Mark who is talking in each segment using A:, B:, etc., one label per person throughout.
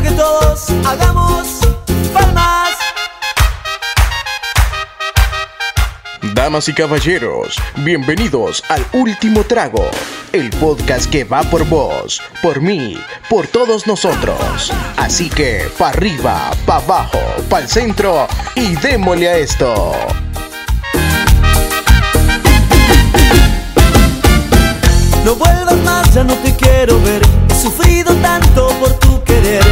A: juntos hagamos palmas.
B: Damas y caballeros, bienvenidos al último trago, el podcast que va por vos, por mí, por todos nosotros. Así que, pa' arriba, pa' abajo, pa' el centro y démosle a esto.
A: No vuelvas más, ya no te quiero ver. He sufrido tanto por tu querer.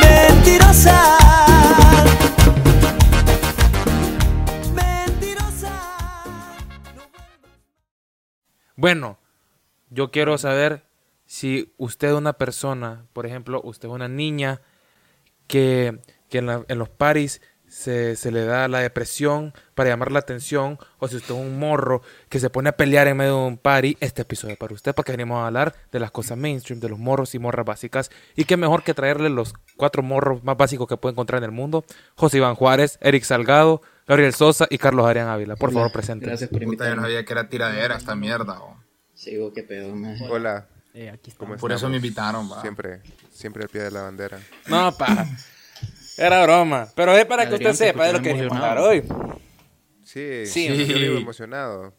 A: Mentirosa. Mentirosa.
C: Bueno, yo quiero saber si usted es una persona, por ejemplo, usted es una niña que, que en, la- en los paris se, se le da la depresión para llamar la atención, o si usted es un morro que se pone a pelear en medio de un party, este episodio es para usted, porque venimos a hablar de las cosas mainstream, de los morros y morras básicas, y qué mejor que traerle los cuatro morros más básicos que puede encontrar en el mundo, José Iván Juárez, Eric Salgado, Gabriel Sosa y Carlos Arián Ávila. Por favor, presente.
D: Gracias por
E: Puta, yo no
D: invitarme.
E: sabía que era tiradera esta mierda, bo.
D: Sigo, qué pedo, man.
F: Hola,
G: Eh, aquí está.
F: ¿cómo estás?
E: Por eso me invitaron, va.
F: Siempre, siempre al pie de la bandera.
C: No, pa. Era broma. Pero es para que usted
D: Adrián, ¿por qué
C: sepa de lo
D: tan
C: que venimos a hablar
D: emocionado?
C: hoy.
F: Sí,
C: Sí.
F: yo vivo emocionado.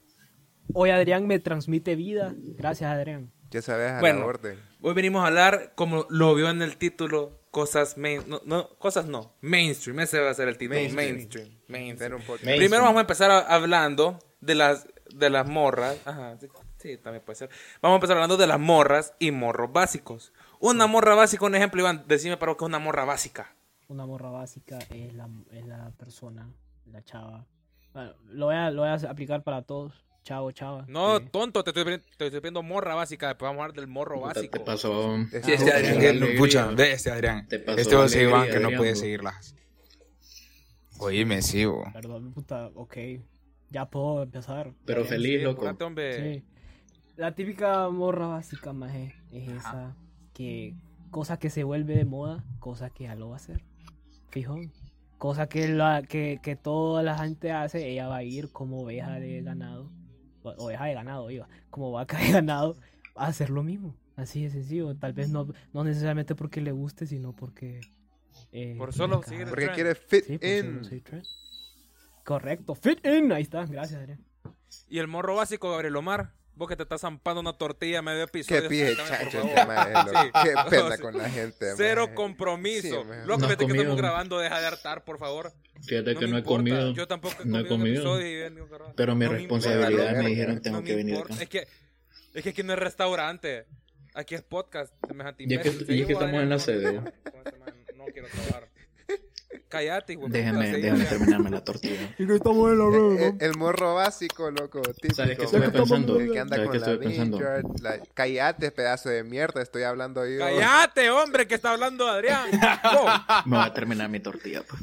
G: Hoy Adrián me transmite vida. Gracias, Adrián.
F: Ya sabes, a la
C: Bueno,
F: orden.
C: hoy venimos a hablar, como lo vio en el título, cosas main... No, no, cosas no. Mainstream. Ese va a ser el título. Mainstream.
F: Mainstream.
C: Mainstream.
F: Era un podcast.
C: Primero vamos a empezar a- hablando de las, de las morras. Ajá, sí, sí, también puede ser. Vamos a empezar hablando de las morras y morros básicos. Una morra básica, un ejemplo, Iván, decime para vos qué es una morra básica.
G: Una morra básica es la, es la persona, la chava. Bueno, lo, voy a, lo voy a aplicar para todos. Chavo, chava. Eh,
C: No,
G: Sí.
C: tonto, te estoy, pri- te estoy pidiendo morra básica. Después vamos a hablar del morro
D: Puta,
C: básico.
D: Te pasó.
F: Es-
E: Sí, este
D: Ah,
E: Adrián,
D: puta,
E: que
D: la
E: no,
D: alegría.
E: pucha, ve este Adrián.
D: Te pasó
E: Este José
D: alegría,
E: Iván que no
D: Adrián,
E: puede
D: bo.
E: seguirlas. Oíme, sí, bo.
G: Perdón, puta, ok. Ya puedo empezar.
D: Pero
G: Bien,
D: feliz, loco.
C: Apurate, hombre.
G: Sí. La típica morra básica, maje, es esa que cosa que se vuelve de moda, cosa que ya lo va a hacer. Fijón. Cosa que la que, que toda la gente hace, ella va a ir como oveja de ganado. o- Oveja de ganado, iba. Como vaca de ganado, va a hacer lo mismo. Así de sencillo. Tal vez no, no necesariamente porque le guste, sino porque. eh,
C: Por
G: tiene
C: solo
G: cara.
C: seguir el
F: Porque
C: trend.
F: quieres fit
G: Sí, pues, por solo
F: in.
G: seguir trend. Correcto, fit in. Ahí está, gracias, Adrián.
C: Y el morro básico, Gabriel Omar. Vos que te estás zampando una tortilla a medio episodio.
F: Qué pije
C: exactamente,
F: chacho
C: por
F: este
C: favor.
F: mae, loco.
C: Sí.
F: Qué pena
C: Sí.
F: con la gente. Eh, mae.
C: Cero compromiso.
F: Sí, mae.
C: Loco,
D: No
C: fíjate que
D: comido.
C: estamos grabando, deja de hartar, por favor.
D: Fíjate que
C: me
D: no, he
C: importa.
D: comido.
C: Yo tampoco he
D: No he
C: comido. en
D: comido.
C: episodios y he venido a grabar.
D: Pero mi
C: No me
D: responsabilidad
C: importa,
D: me,
F: verga.
D: dijeron,
F: No
D: tengo
C: no me
D: que venir
C: importa.
D: acá.
C: Es que, es que aquí no es restaurante. Aquí es podcast, semejante
D: Ya que-
C: imbécil.
D: ya que
C: Yo,
D: estamos en la sede.
C: no, con este man No quiero acabar. Cállate, hijo. de puta,
D: Déjame,
C: seguí
D: déjame
C: hablando.
D: terminarme la tortilla.
G: Y no estamos
C: Eh,
G: en la
F: El, eh, el- el morro básico, loco. Típico.
D: ¿Sabes qué
F: mae.
D: estuve pensando?
F: El que anda
D: ¿Sabes
F: con
D: qué
F: la
D: estuve pensando?
F: Vinchard, la- Cállate, pedazo de mierda. Estoy hablando yo.
C: Cállate, hombre, que está hablando Adrián. Vos.
D: Me va a terminar mi tortilla, pues.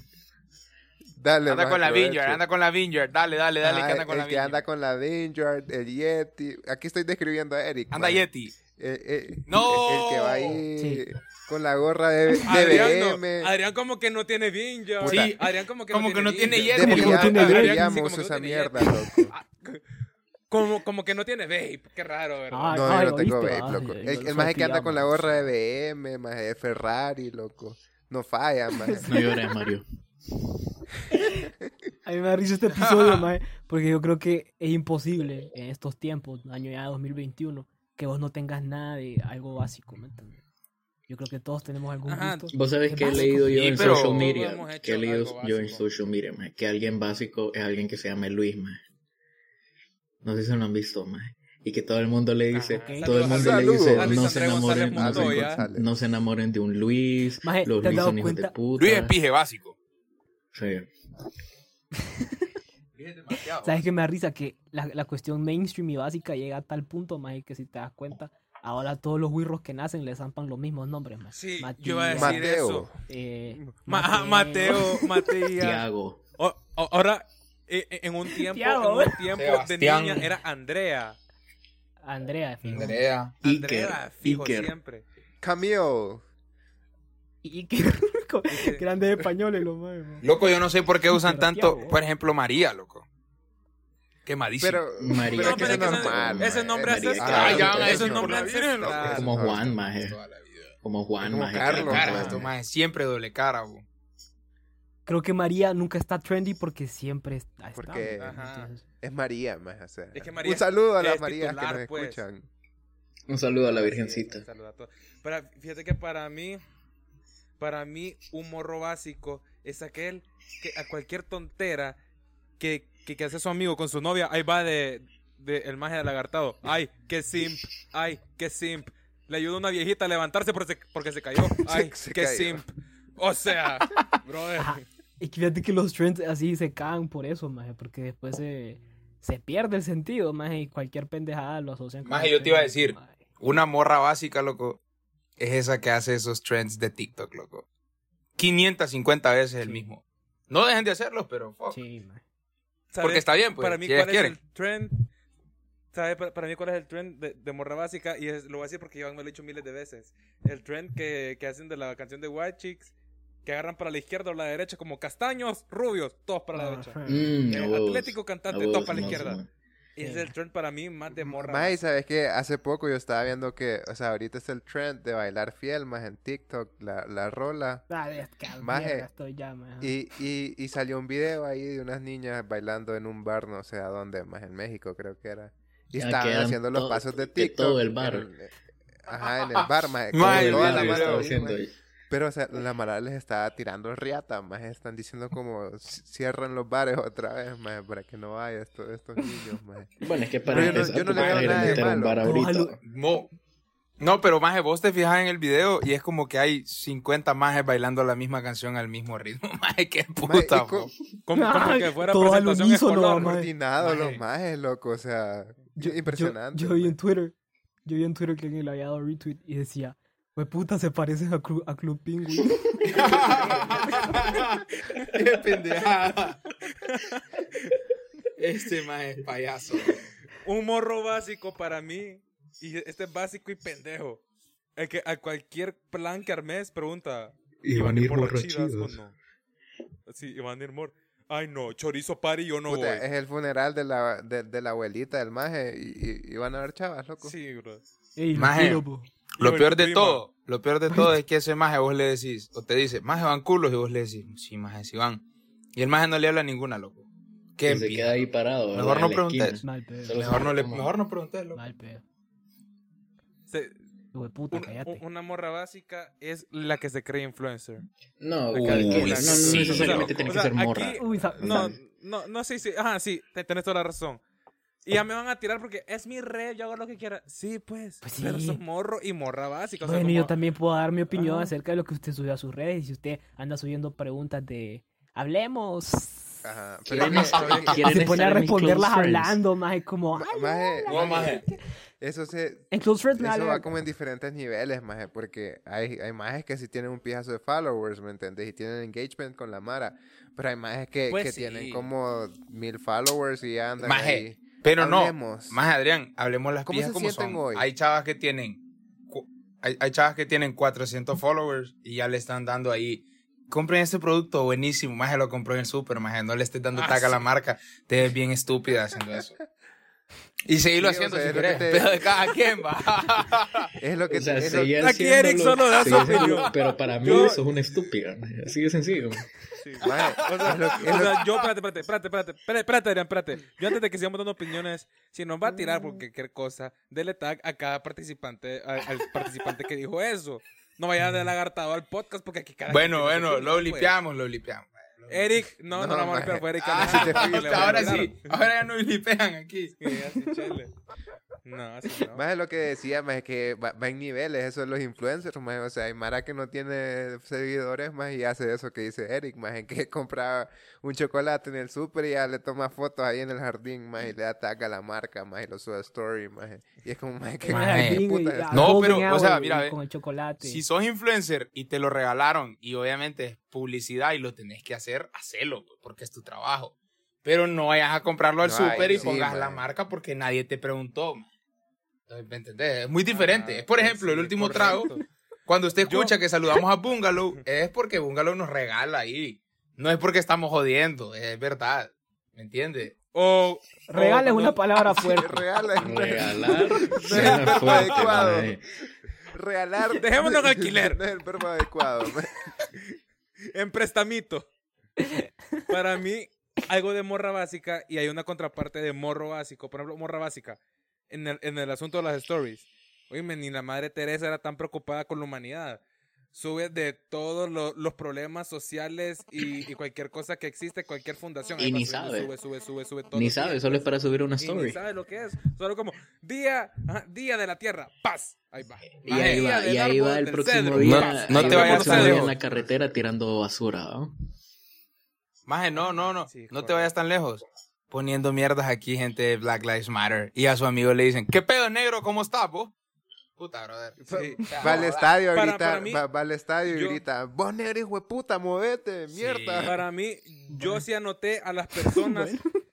F: Dale,
E: Anda
F: mae,
E: con la
F: aproveche.
E: Vineyard, anda con la Vineyard. Dale, dale, dale,
F: Ah,
E: que anda con
F: el
E: la
F: que anda
E: Vineyard.
F: con la Vineyard, el Yeti. Aquí estoy describiendo a Eric.
E: Anda
F: mae.
E: Yeti.
F: Eh, eh,
E: ¡No!
F: El que va ahí
G: Sí.
F: con la gorra de, de
C: Adrián,
F: BM.
C: no. Adrián como que no tiene vinja.
F: Puta.
C: Sí, Adrián como que
E: Como que no tiene
C: vinja.
E: jet.
F: De
E: como que no
F: Brian-
E: tiene
F: Adrián
E: jet.
F: Llamo
C: Sí, como
F: usa
C: que no
F: esa
C: tiene
F: mierda,
C: jet.
F: loco.
G: Ah,
C: Como, como que no tiene vape. Qué raro, ¿verdad?
G: Ah,
F: No, yo no
G: lo
F: tengo
G: viste,
F: vape,
G: ah,
F: loco.
G: sí,
F: El,
G: yo
F: el
G: soy
F: maje que anda
G: pijama.
F: con la gorra de BM, maje de Ferrari, loco. No falla, maje.
D: No llores, Mario.
G: A mí me da risa este episodio, mae, porque yo creo que es imposible en estos tiempos, año ya 2021, que vos no tengas nada de algo básico, ¿me entiendes? Yo creo que todos tenemos algún
C: Ajá,
G: gusto.
D: Vos sabés
G: Es
D: que he
G: básico.
D: leído yo
E: Sí,
D: en
E: pero
D: social
E: todos
D: media.
C: hemos hecho
D: Que he leído
C: algo
D: yo en
C: básico.
D: social media, ma, que alguien básico es alguien que se llame Luis, ma. No sé si lo han visto, ma. Y que todo el mundo le dice,
C: Ajá.
D: todo el mundo
F: Saludos.
D: le
F: A
D: dice,
C: Luis
D: no se,
C: Andrés González
D: enamoren, no, se,
C: Montoya.
D: enamoren- no se enamoren de un Luis,
G: Maje,
D: los
G: ¿te has
D: Luis
G: dado
D: son hijos de
G: cuenta?
D: puta.
E: Luis es pije básico.
D: Sí.
G: ¿Sabes qué me da risa? Que la, la cuestión mainstream y básica llega a tal punto, mae, que si te das cuenta, ahora todos los wirros que nacen le zampan los mismos nombres, mae.
C: Sí,
G: Matías,
C: yo iba a decir
F: Mateo.
C: eso.
G: eh,
C: Ma- ajá, Mateo, Matías.
D: Tiago.
C: O- o- ahora, eh, eh, en un tiempo,
G: Tiago.
C: en un tiempo de
E: Sebastián.
C: niña era Andrea.
G: Andrea, fijo.
E: Andrea.
D: Iker.
C: Andrea, fijo
D: Iker.
C: siempre.
F: Camille.
G: Y qué rico. Grandes españoles los maes, mae.
E: Loco, yo no sé por qué usan
G: Pero,
E: tanto,
G: Tiago.
E: por ejemplo, María, loco. Quemadísimo.
F: Pero,
D: María.
F: pero
C: No,
F: es que
C: pero
F: eso
C: es
F: no
C: que ese,
F: es normal.
C: ese
F: maje.
C: nombre
D: María,
C: ancestral.
D: Ah, ya van a
C: ese
D: decir
C: nombre
D: por la
C: ancestral.
D: Como Juan, maje. Como Juan,
F: Como
D: maje,
F: Carlos,
D: cara,
E: Cara,
F: maje.
D: maje.
E: esto, este maje, siempre doble cara, bo.
G: Creo que María nunca está trendy porque siempre está. está,
F: Porque-
G: ¿no?
E: Ajá.
G: Entonces,
F: Es María, más. O sea,
C: Es que María
F: un saludo a
C: es
F: las Marías
C: titular,
F: que nos
C: pues.
F: escuchan.
D: Un saludo a la
C: Sí,
D: virgencita.
C: un saludo a todos. Para- fíjate que para mí, para mí, un morro básico es aquel que a cualquier tontera que, que, que hace su amigo con su novia, ahí va de, de el maje del lagartado. Ay, qué simp, ay, qué simp. Le ayudó una viejita a levantarse porque se, porque se cayó. Ay,
F: se
C: qué
F: cayó.
C: simp. O sea, brother.
G: Ajá. Y que fíjate que los trends así se cagan por eso, maje, porque después se, se pierde el sentido, maje, y cualquier pendejada lo asocian
E: Maje,
G: el
E: yo te iba a
G: trend,
E: decir.
G: maje.
E: Una morra básica, loco, es esa que hace esos trends de TikTok, loco. 550 veces el
G: Sí.
E: mismo. No dejen de hacerlos, pero fuck.
G: Sí, maje.
E: Porque
C: ¿Sabes?
E: está bien, pues.
C: para mí
E: si ellas
C: cuál
E: quieren.
C: es el trend ¿Sabe para, para mí cuál es el trend de, de morra básica y es- lo voy a decir porque yo me lo he dicho miles de veces el trend que, que hacen de la canción de White Chicks que agarran para la izquierda o la derecha como castaños rubios todos para
G: Ah,
C: la derecha
G: Ajá.
D: Mm,
C: Eh,
D: a huevos,
C: atlético
D: a
C: cantante
D: huevos,
C: todos para la
D: Simón,
C: izquierda
D: Simón.
C: ese es el trend para mí más de morra
F: Más, y sabes que hace poco yo estaba viendo que, o sea, ahorita está el trend de bailar fiel, más en TikTok, la, la rola.
G: Ah, es que a
F: Maje,
G: mierda estoy ya,
C: Ah.
G: maje.
F: Y, y, y salió un video ahí de unas niñas bailando en un bar, no sé a dónde, más en México creo que era. Y
D: Ya
F: estaban
D: quedan
F: haciendo los
D: to-
F: pasos de
D: que
F: TikTok.
D: todo el bar.
F: en- eh, ajá, en el bar, más.
E: Ma, el
F: toda la
E: video
F: mara
E: estaba
F: ahí,
D: haciendo
F: maje.
D: ahí.
F: Pero, o sea, la mara les estaba tirando riata, más están diciendo como "C- cierran los bares otra vez, más, para que no vaya esto, estos niños, más.
D: Bueno, es que
F: Pero
D: para
F: yo no-
D: empezar,
F: yo no
D: tú
F: le veo
D: vas a ir a
F: nada de
D: meter un
F: malo.
D: bar
F: No,
D: ahorita.
G: lo-
E: No. No, pero maje, vos te fijas en el video y es como que hay 50 majes bailando la misma canción al mismo ritmo. Maje, qué puta.
F: co-
E: bo.
C: como, como
G: Ay,
C: que fuera
G: todo al
C: presentación
G: unísono,
C: escolar
G: maje.
F: Coordinados los
E: Maje.
F: majes, loco, o sea, impresionante.
G: Yo, vi
F: maje.
G: en Twitter, yo vi en Twitter que alguien le había dado retweet y decía, wey puta, se parecen a, Cru- a Club Penguin.
E: qué pendejada. Este maje es payaso.
C: un morro básico para mí y este es básico y pendejo el que a cualquier plan que armes pregunta
D: Y van a ir borrachivas.
C: o no? Sí, y van a ir mor. Ay, no, chorizo party yo no
F: Puta,
C: voy.
F: es el funeral de la, de, de la abuelita del maje y, y- y van a ver chavas, loco.
C: Sí, bro.
G: Ey,
E: Maje.
G: culo, po.
E: Lo
C: Yo,
E: peor de
C: prima.
E: todo, lo peor de todo es que ese maje vos le decís, o te dice, maje van culos, y vos le decís, sí, maje, sí van. Y el maje no le habla a ninguna, loco. Qué
D: Que se
E: envidia.
D: queda ahí parado. ¿verdad?
E: Mejor no
D: En la esquina.
E: preguntes.
G: Mal pedo,
D: Solo
E: Mejor no, le,
D: como-
E: mejor no preguntes, loco.
G: mal pedo.
C: Se-
G: Wey puta,
C: un-
G: Ah, cállate.
C: una morra básica es la que se cree influencer.
D: No,
C: La que-
D: cualquiera.
E: Uy,
D: no, no
E: sí.
D: necesariamente
C: O sea,
D: tiene
C: o
D: que
C: sea,
D: ser morra.
C: aquí-
G: Uy, sa-
C: No, no, no, sí, sí. Ah, sí, te- tenés toda la razón. Y ya me van a tirar porque es mi red, yo hago lo que quiera. Sí, pues.
G: Pues sí.
C: Pero sos morro y morra básica. o sea,
G: Bueno,
C: como-
G: yo también puedo dar mi opinión
C: Ajá.
G: acerca de lo que usted subió a sus redes. Y si usted anda subiendo preguntas de hablemos,
F: Ajá. Pero
D: ¿Quieren
F: es que-
D: estar-
F: es que-
G: y se
D: quieren
G: pone a
D: estar en mis close
G: responderlas
D: friends?
G: hablando, más como "Ay,
F: maje,
E: No, maje.
F: eso se...
G: en Close Friends me
F: Eso
G: vale
F: va
G: verga".
F: como en diferentes niveles, maje, porque hay, hay majes que sí tienen un pijazo de followers, ¿me entendés? Y tienen engagement con la mara, pero hay majes que,
C: Pues
F: que
C: sí.
F: tienen como mil followers y ya andan
E: Maje,
F: ahí.
E: Pero
F: Hablemos.
E: no, más Adrián, hablemos las
F: ¿Cómo
E: pijas
F: se
E: como
F: sienten
E: son.
F: hoy?
E: Hay chavas que tienen cu- hay, hay chavas que tienen 400 followers y ya le están dando ahí compren este producto buenísimo, más lo compró en el super, más no le estés dando
C: Ah,
E: tag a la
C: sí.
E: marca, te ves bien estúpida haciendo eso. Y seguirlo
F: Sí, o
E: haciendo
F: sea,
E: si
F: es lo
E: querés,
F: que te-
E: pero de cada quien va.
F: Es lo que...
D: O sea,
F: es lo-
D: seguí
C: Aquí
D: haciéndolo,
C: Eric solo da su
D: seguí haciéndolo,
C: opinión.
D: Pero para mí
C: Yo-
D: eso es una estúpida. man. Así de sencillo. man.
F: maje, es lo- es
C: O
F: lo-
C: sea, yo, espérate, espérate, espérate, espérate, espérate, espérate, Adrián, espérate. Yo antes de que sigamos dando opiniones, si nos va a tirar por cualquier cosa, dele tag a cada participante, a- al participante que dijo eso. No vaya de lagartado al podcast porque aquí cada
E: bueno,
C: quien tiene su
E: bueno,
C: opinión,
E: lo
C: pues.
E: limpiamos, lo limpiamos.
C: Eric, no, no,
F: No,
C: lo vamos a limpiar,
F: maje.
C: fue Eric.
E: Ah,
C: Alejandro, que le vamos a
E: ahora
C: tirar.
E: sí, ahora ya no limpian aquí.
C: Sí, así, chele. No, así no.
F: Más de lo que decía, más es que va, va en niveles, eso de los influencers, más, o sea, hay Mara que no tiene seguidores, más y hace eso que dice Eric, más en que compra un chocolate en el súper y ya le toma fotos ahí en el jardín, más y le ataca la marca, más y lo sube a story, más y es como, más que
E: Maje,
G: Maje,
F: qué
G: güey,
F: puta
G: ya,
F: es-
E: No,
G: Golden
E: pero, o sea,
G: Hour,
E: mira,
G: güey,
E: ve,
G: con el chocolate.
E: Si sos influencer y te lo regalaron y obviamente es publicidad y lo tenés que hacer, hacelo, pues, porque es tu trabajo. Pero no vayas a comprarlo al
F: No,
E: súper
F: ahí
E: y
F: sí,
E: pongas
F: man.
E: la marca porque nadie te preguntó. man. Entonces, ¿me entendés? Es muy diferente.
C: Ah,
E: es, por ejemplo, el
C: sí,
E: último trago.
C: correcto.
E: Cuando usted
C: Yo-
E: escucha que saludamos a Bungalow, es porque Bungalow nos regala ahí. No es porque estamos jodiendo, es verdad. ¿Me entiendes?
C: O, o
G: Regales
C: cuando-
G: una palabra fuerte.
F: Real, es-
D: Regalar. Suena fuerte.
F: adecuado.
D: man.
F: Realar.
C: Dejémoslo en alquiler.
F: No es el verbo adecuado. ma.
C: En prestamito. Para mí, algo de morra básica y hay una contraparte de morro básico. Por ejemplo, morra básica. En el, en el asunto de las stories. Oíme, ni la madre Teresa era tan preocupada con la humanidad. Sube de todos lo- los problemas sociales y, y cualquier cosa que existe, cualquier fundación.
D: Y
C: Ahí va
D: ni
C: subiendo,
D: sabe.
C: Sube, sube, sube, sube todo.
D: Ni sabe, solo es para subir una
C: Y ni
D: story.
C: sabe lo que es. Solo como, día, ajá, día de la tierra, paz. Ahí va.
D: Y ahí
C: Día
D: va,
C: del
D: y ahí va
C: árbol
D: el
C: del
D: próximo
C: cedro,
D: día.
C: paz.
E: no
D: ahí
E: te
D: va el
E: vayas
D: próximo
E: tan
D: día en
E: lejos.
D: la carretera tirando basura, ¿no?
E: Maje, no, no, no.
C: Sí,
E: no te
C: correcto.
E: vayas tan lejos. Poniendo mierdas aquí, gente de Black Lives Matter. Y a su amigo le dicen, ¿qué pedo negro? ¿Cómo estás, vos? Puta, brother. Sí.
F: Va al estadio
C: Para-
F: ahorita.
C: para mí,
F: va, va al estadio y
C: yo-
F: grita: Vos negro hijo de puta, movete, mierda.
C: Para mí, yo sí anoté a las personas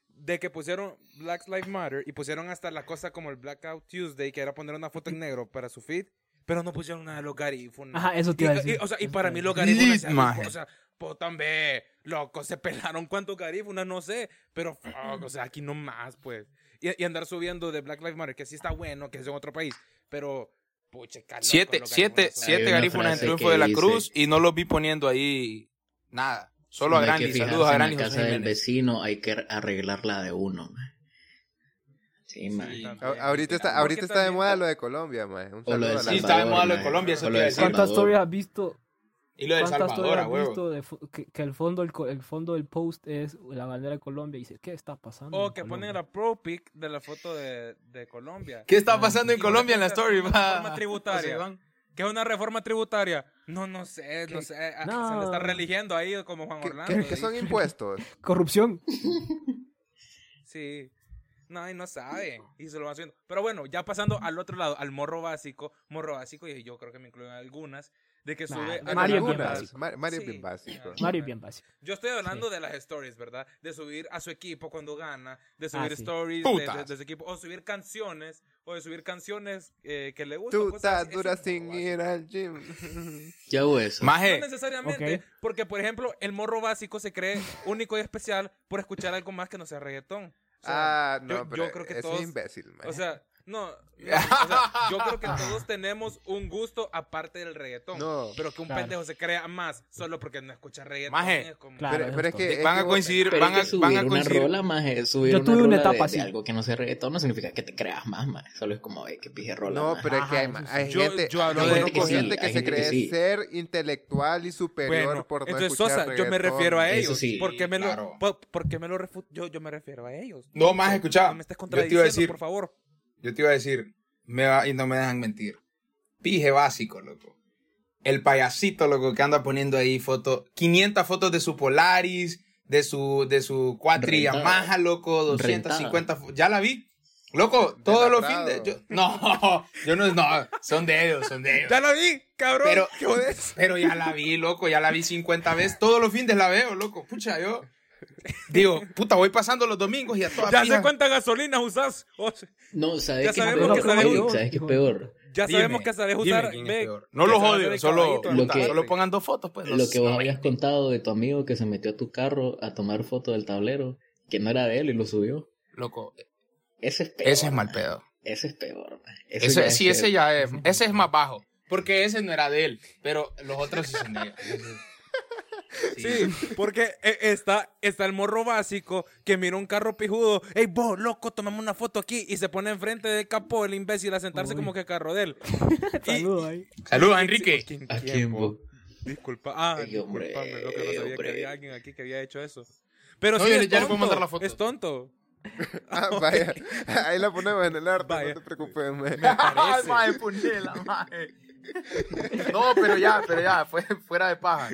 C: de que pusieron Black Lives Matter y pusieron hasta la cosa como el Blackout Tuesday, que era poner una foto en negro para su feed, pero no pusieron nada de los Gary. fue una-
G: Ajá, eso te iba a
C: Y-
G: decir.
C: y- o sea, y
G: Eso
C: para
G: te
C: mí
G: iba a
C: los Gary Funas,
E: Lit, maje.
C: o sea, putan ve, loco, se pelaron cuántos Gary Funas, no sé, pero fuck, o sea, aquí no más, pues. Y, y andar subiendo de Black Lives Matter, que sí está bueno, que es en otro país, pero... Puche, carajo,
E: Siete,
C: los Gary
E: siete,
C: Funas son-
E: siete
D: Hay una
E: garífunas en
D: frase
E: Triunfo
D: que
E: de la
D: dice-
E: Cruz y no los vi poniendo ahí nada. Solo
D: No
E: a
D: hay que
E: Grandy.
D: fijarse
E: Saludos a
D: en
E: Grandy.
D: la
E: José
D: casa del
E: Jiménez.
D: vecino hay que arreglar la de uno, ma. Sí, ma.
C: Sí,
F: A-
C: también.
F: ahorita está,
C: Porque
F: ahorita está de
C: también-
F: moda lo de Colombia, ma. Un
D: O lo
F: saludo
D: de
F: a la-
E: Sí, está de moda lo de
D: ma.
E: Colombia, eso
D: O
E: te
D: lo
E: iba a
D: de
E: decir.
G: ¿Cuántas
D: Salvador.
G: stories has visto?
E: Y lo de El
G: ¿Cuántas
E: Salvador,
G: historias
E: a
G: has
E: huevo.
G: visto de fu- que, que el fondo el, co- el fondo del post es la bandera de Colombia y dice, ¿qué está pasando?
C: O
G: en
C: que ponen
G: Colombia?"
C: la pro pic de la foto de, de Colombia.
E: ¿Qué está pasando en
C: Y
E: Colombia en la
C: una cosa-
E: story?
C: una
E: va?
C: reforma tributaria.
E: José Iván?
C: ¿Qué es una reforma tributaria? No, no sé, no sé. ah,
G: No.
C: Se le está religiendo ahí como Juan
F: ¿Qué-
C: Orlando.
F: ¿Qué, qué
C: y-
F: son impuestos?
G: corrupción.
C: Sí. No, y no saben. Y se lo van haciendo. Pero bueno, ya pasando al otro lado, al morro básico. Morro básico, y yo creo que me incluyen algunas, de que
G: Nah,
C: sube... a
G: Mario
C: las
G: es bien
C: notas.
G: básico.
F: Ma- Mario es
C: Sí,
F: bien básico.
C: ya.
G: Mario es bien básico.
C: Yo estoy hablando de las stories, ¿verdad? De subir a su equipo cuando gana, de subir
G: Ah, sí.
C: stories de- de,
E: Putas.
C: de su equipo, o subir canciones, o de subir canciones eh, que le gustan.
F: Tú
C: cosas así.
F: estás
C: Eso
F: dura
C: es un
F: sin
C: morro
F: ir al gym.
D: Ya hubo eso.
C: No
E: Maje,
C: necesariamente,
G: Ok.
C: porque por ejemplo, el morro básico se cree único y especial por escuchar algo más que no sea reggaetón. O sea,
F: ah, no,
C: yo,
F: pero
C: yo creo que
F: ese
C: todos,
F: es imbécil, ma.
C: o sea, no, no, o sea, yo creo que todos tenemos un gusto aparte del reggaetón,
F: No,
C: pero que un
G: claro.
C: pendejo se crea más solo porque no escucha reggaetón
E: Maje.
C: es como-
G: Claro.
F: pero, pero es
G: justo.
F: que... es
E: van
F: que
E: a
F: vos-
E: coincidir,
D: Pero
E: van
D: es
E: a,
D: que subir
E: van a
D: una
E: coincidir.
D: rola, más es subir
G: Yo
D: una
G: tuve una
D: rola de-
G: etapa
D: de,
G: así.
D: algo que no sea reggaetón, no significa que te creas más, más. Solo es como, eh, que pije rola,
F: No,
D: maje.
F: pero es que hay,
G: Ajá,
F: ma-
G: eso sí.
F: hay
C: Yo-
F: gente,
C: yo hablo
F: hay
C: de-
F: gente que,
D: hay gente
F: gente que
D: que
F: se cree
D: sí.
F: ser intelectual y superior
C: Bueno,
F: por no
C: entonces
F: escuchar
C: Sosa, yo me
F: reggaetón,
C: refiero a
F: ma.
D: eso
C: ellos.
D: sí,
C: porque me
E: claro.
C: lo, po- porque me lo refu- yo, yo me refiero a ellos.
E: No, más escuchá,
C: No me estés
E: yo te iba a
C: contradiciendo,
E: decir-
C: por favor.
E: Yo te iba a decir, me va- y no me dejan mentir. Pije básico, loco. El payasito, loco, que anda poniendo ahí fotos, 500 fotos de su Polaris, de su, de su Cuatri
D: Rentada.
E: Yamaha, loco, 250, fo- ya la vi. Loco, todos los
F: Prado.
E: fines, yo- no, yo no, no, son de ellos, son de ellos.
C: Ya lo vi, cabrón.
E: Pero-
C: ¿Qué jodés?
E: Pero ya la vi, loco, ya la vi 50 veces. Todos los fines la veo, loco. Pucha, yo. Digo, puta, voy pasando los domingos y a todas
C: Ya sé cuánta gasolina usás. O sea,
D: No, ¿sabes
C: Ya
D: qué es
C: sabemos
D: peor?
C: que sabemos.
D: Eric? ¿Sabes qué es peor?
C: ya sabemos que sabes usar. ve,
E: No
C: que
E: los
C: sabes hacer
E: odio,
C: el
E: solo,
C: caballito,
D: Lo
C: la
D: que-
E: solo
C: madre.
E: pongan dos fotos, pues.
D: Lo
E: los-
D: que vos habías contado de tu amigo que se metió a tu carro a tomar foto del tablero, que no era de él y lo subió.
E: Loco,
D: Ese es peor.
E: ese es mal
D: ma.
E: pedo.
D: Ese es peor. ma. Ese ya
E: Ese,
D: es
E: sí,
D: peor.
E: ese ya es. Ese es más bajo. Porque ese no era de él, pero los otros sí son de ellos.
C: Sí, porque eh, está, está el morro básico que mira un carro pijudo. Ey, vos, loco, tomemos una foto aquí. Y se pone enfrente del capó el imbécil a sentarse
G: Uy.
C: como que carro de él. Y-
G: Saludos ahí.
E: Saludos, Enrique.
C: ¿Quién-
D: ¿A
C: quién,
D: quién,
C: po?
D: vos?
C: Disculpa, ah,
D: Ey, hombre,
C: disculpame, loco, no sabía
D: hombre.
C: que había alguien aquí que había hecho eso. Pero
E: No,
C: sí,
E: yo le-
C: es
E: ya le
C: tonto,
E: puedo mandar la foto.
C: es tonto.
F: Ah, vaya. Ahí la ponemos en el arte,
C: Vaya.
F: no te preocupes, ma.
E: Ay, mae, puñela, mae. No, pero ya, pero ya, fue fuera de paja.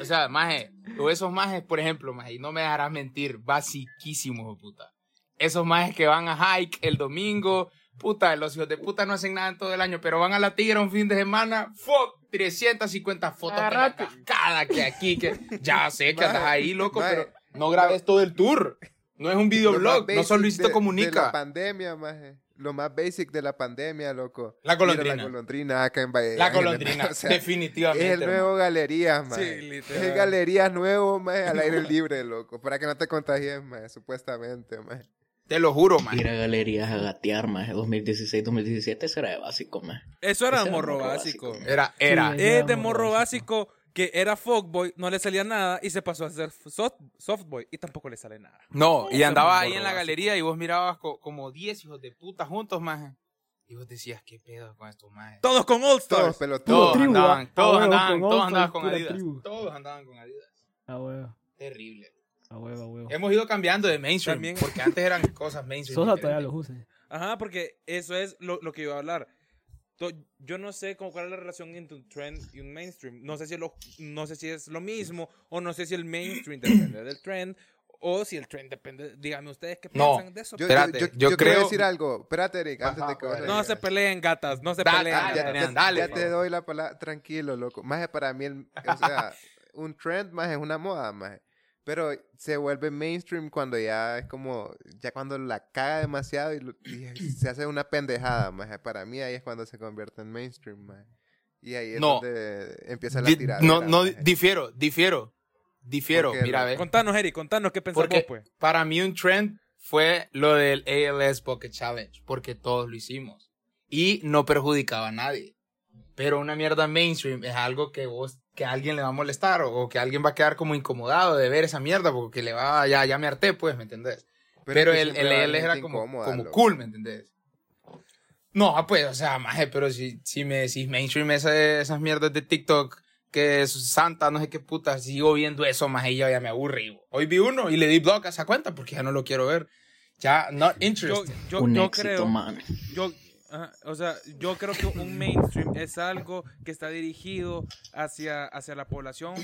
E: O sea, maje, o esos majes, por ejemplo, maje, y no me dejarás mentir, basiquísimos, hijo de puta. Esos majes que van a hike el domingo, puta, los hijos de puta no hacen nada en todo el año, pero van a la tigra un fin de semana, fuck, 350 fotos de la cascada que aquí, que ya sé que andas
F: Maje,
E: ahí, loco,
F: maje.
E: pero no grabes todo el tour. No es un
F: Lo más
E: videoblog, no
F: basic
E: solo Luisito
F: de- De la
E: Comunica.
F: pandemia, maje. Lo más basic de la pandemia, loco.
E: La golondrina.
F: Mira la golondrina acá en Valle. de
E: La
F: Ángeles,
E: golondrina,
F: ma. O sea,
E: definitivamente.
F: Es el
E: hermano.
F: nuevo Galerías, maje.
C: Sí, literal.
F: Es Galerías nuevo, maje, al aire libre, loco. Para que no te contagies, maje, supuestamente, maje.
E: Te lo juro, maje.
D: Ir a galerías a gatear, maje. 2016, 2017 será de básico, maje.
C: Eso era
D: Ese era
C: morro
D: morro
C: básico.
D: básico.
E: Era, era.
G: Sí,
C: Es de
G: era
C: morro
G: morro
C: básico que era fuckboy, no le salía nada y se pasó a ser soft, softboy y tampoco le sale nada.
E: No, y
C: Ese
E: andaba
C: morro
E: ahí en la
C: básico.
E: galería y vos mirabas co- como 10 hijos de puta juntos, maje. Y vos decías, ¿qué pedo con estos majes?
C: Todos con All
F: Todos
C: Stars.
F: pelotudos.
E: Todos
G: tribu,
E: andaban,
G: ah,
E: todos
G: huevo,
E: andaban,
G: con
E: todos
G: All
E: andaban
G: Stars,
E: con
G: pura
E: Adidas.
G: tribu.
E: Todos andaban con Adidas.
G: A huevo,
E: Terrible.
G: a huevo, a huevo.
E: Hemos ido cambiando de mainstream.
C: También-
E: Porque antes eran cosas mainstream.
G: Sosa
E: diferentes.
G: todavía los usa.
C: Ajá, porque eso es lo, lo que iba a hablar. To- Yo no sé cómo, cuál es la relación entre un trend y un mainstream. No sé si, lo- no sé si es lo mismo o no sé si el mainstream depende del trend o si el trend depende... Díganme ustedes qué
E: No,
C: piensan de eso.
F: Yo,
E: Espérate,
F: yo, yo,
E: yo creo-
F: yo
E: pues.
F: quiero decir algo. Espérate, Eric, antes de que vos
C: no
F: digas.
C: se peleen, gatas. No se
E: Dale,
C: peleen.
E: dale,
C: gatas.
F: Ah, ya, pues.
E: Adrián,
F: ya-
E: dale,
F: ya
E: por
F: te
E: favor.
F: doy la palabra. Tranquilo, loco. Más para mí, el- o sea, un trend más es una moda más. Pero se vuelve mainstream cuando ya es como, ya cuando la caga demasiado y, lo- y se hace una pendejada más. Para mí ahí es cuando se convierte en mainstream más. Y ahí es
E: No.
F: donde empieza la
E: Di-
F: tirada.
E: no, no, difiero, difiero, difiero.
F: Porque
E: Mira, ve.
C: Contanos, Eric, contanos qué pensamos,
E: eh. Porque
C: pues.
E: para mí un trend fue lo del ALS Pocket Challenge, porque todos lo hicimos. Y no perjudicaba a nadie. Pero una mierda mainstream es algo que vos, que a alguien le va a molestar o, o que alguien va a quedar como incomodado de ver esa mierda porque le va, ya, ya me harté, pues, ¿me entendés? Pero, el, el ALS era como, como cool, ¿me entendés? No, ah, pues, o sea, maje, pero si, si me decís mainstream esa- esas mierdas de TikTok, que es santa, no sé qué puta, sigo viendo eso, maje, ya, ya me aburrí. bo. Hoy vi uno y le di block a esa cuenta porque ya no lo quiero ver. Ya, not
C: Yo,
E: interested.
C: yo,
D: un
C: yo
D: éxito,
C: creo...
D: man.
C: Yo, ajá, o sea, yo creo que un mainstream es algo que está dirigido hacia, hacia la población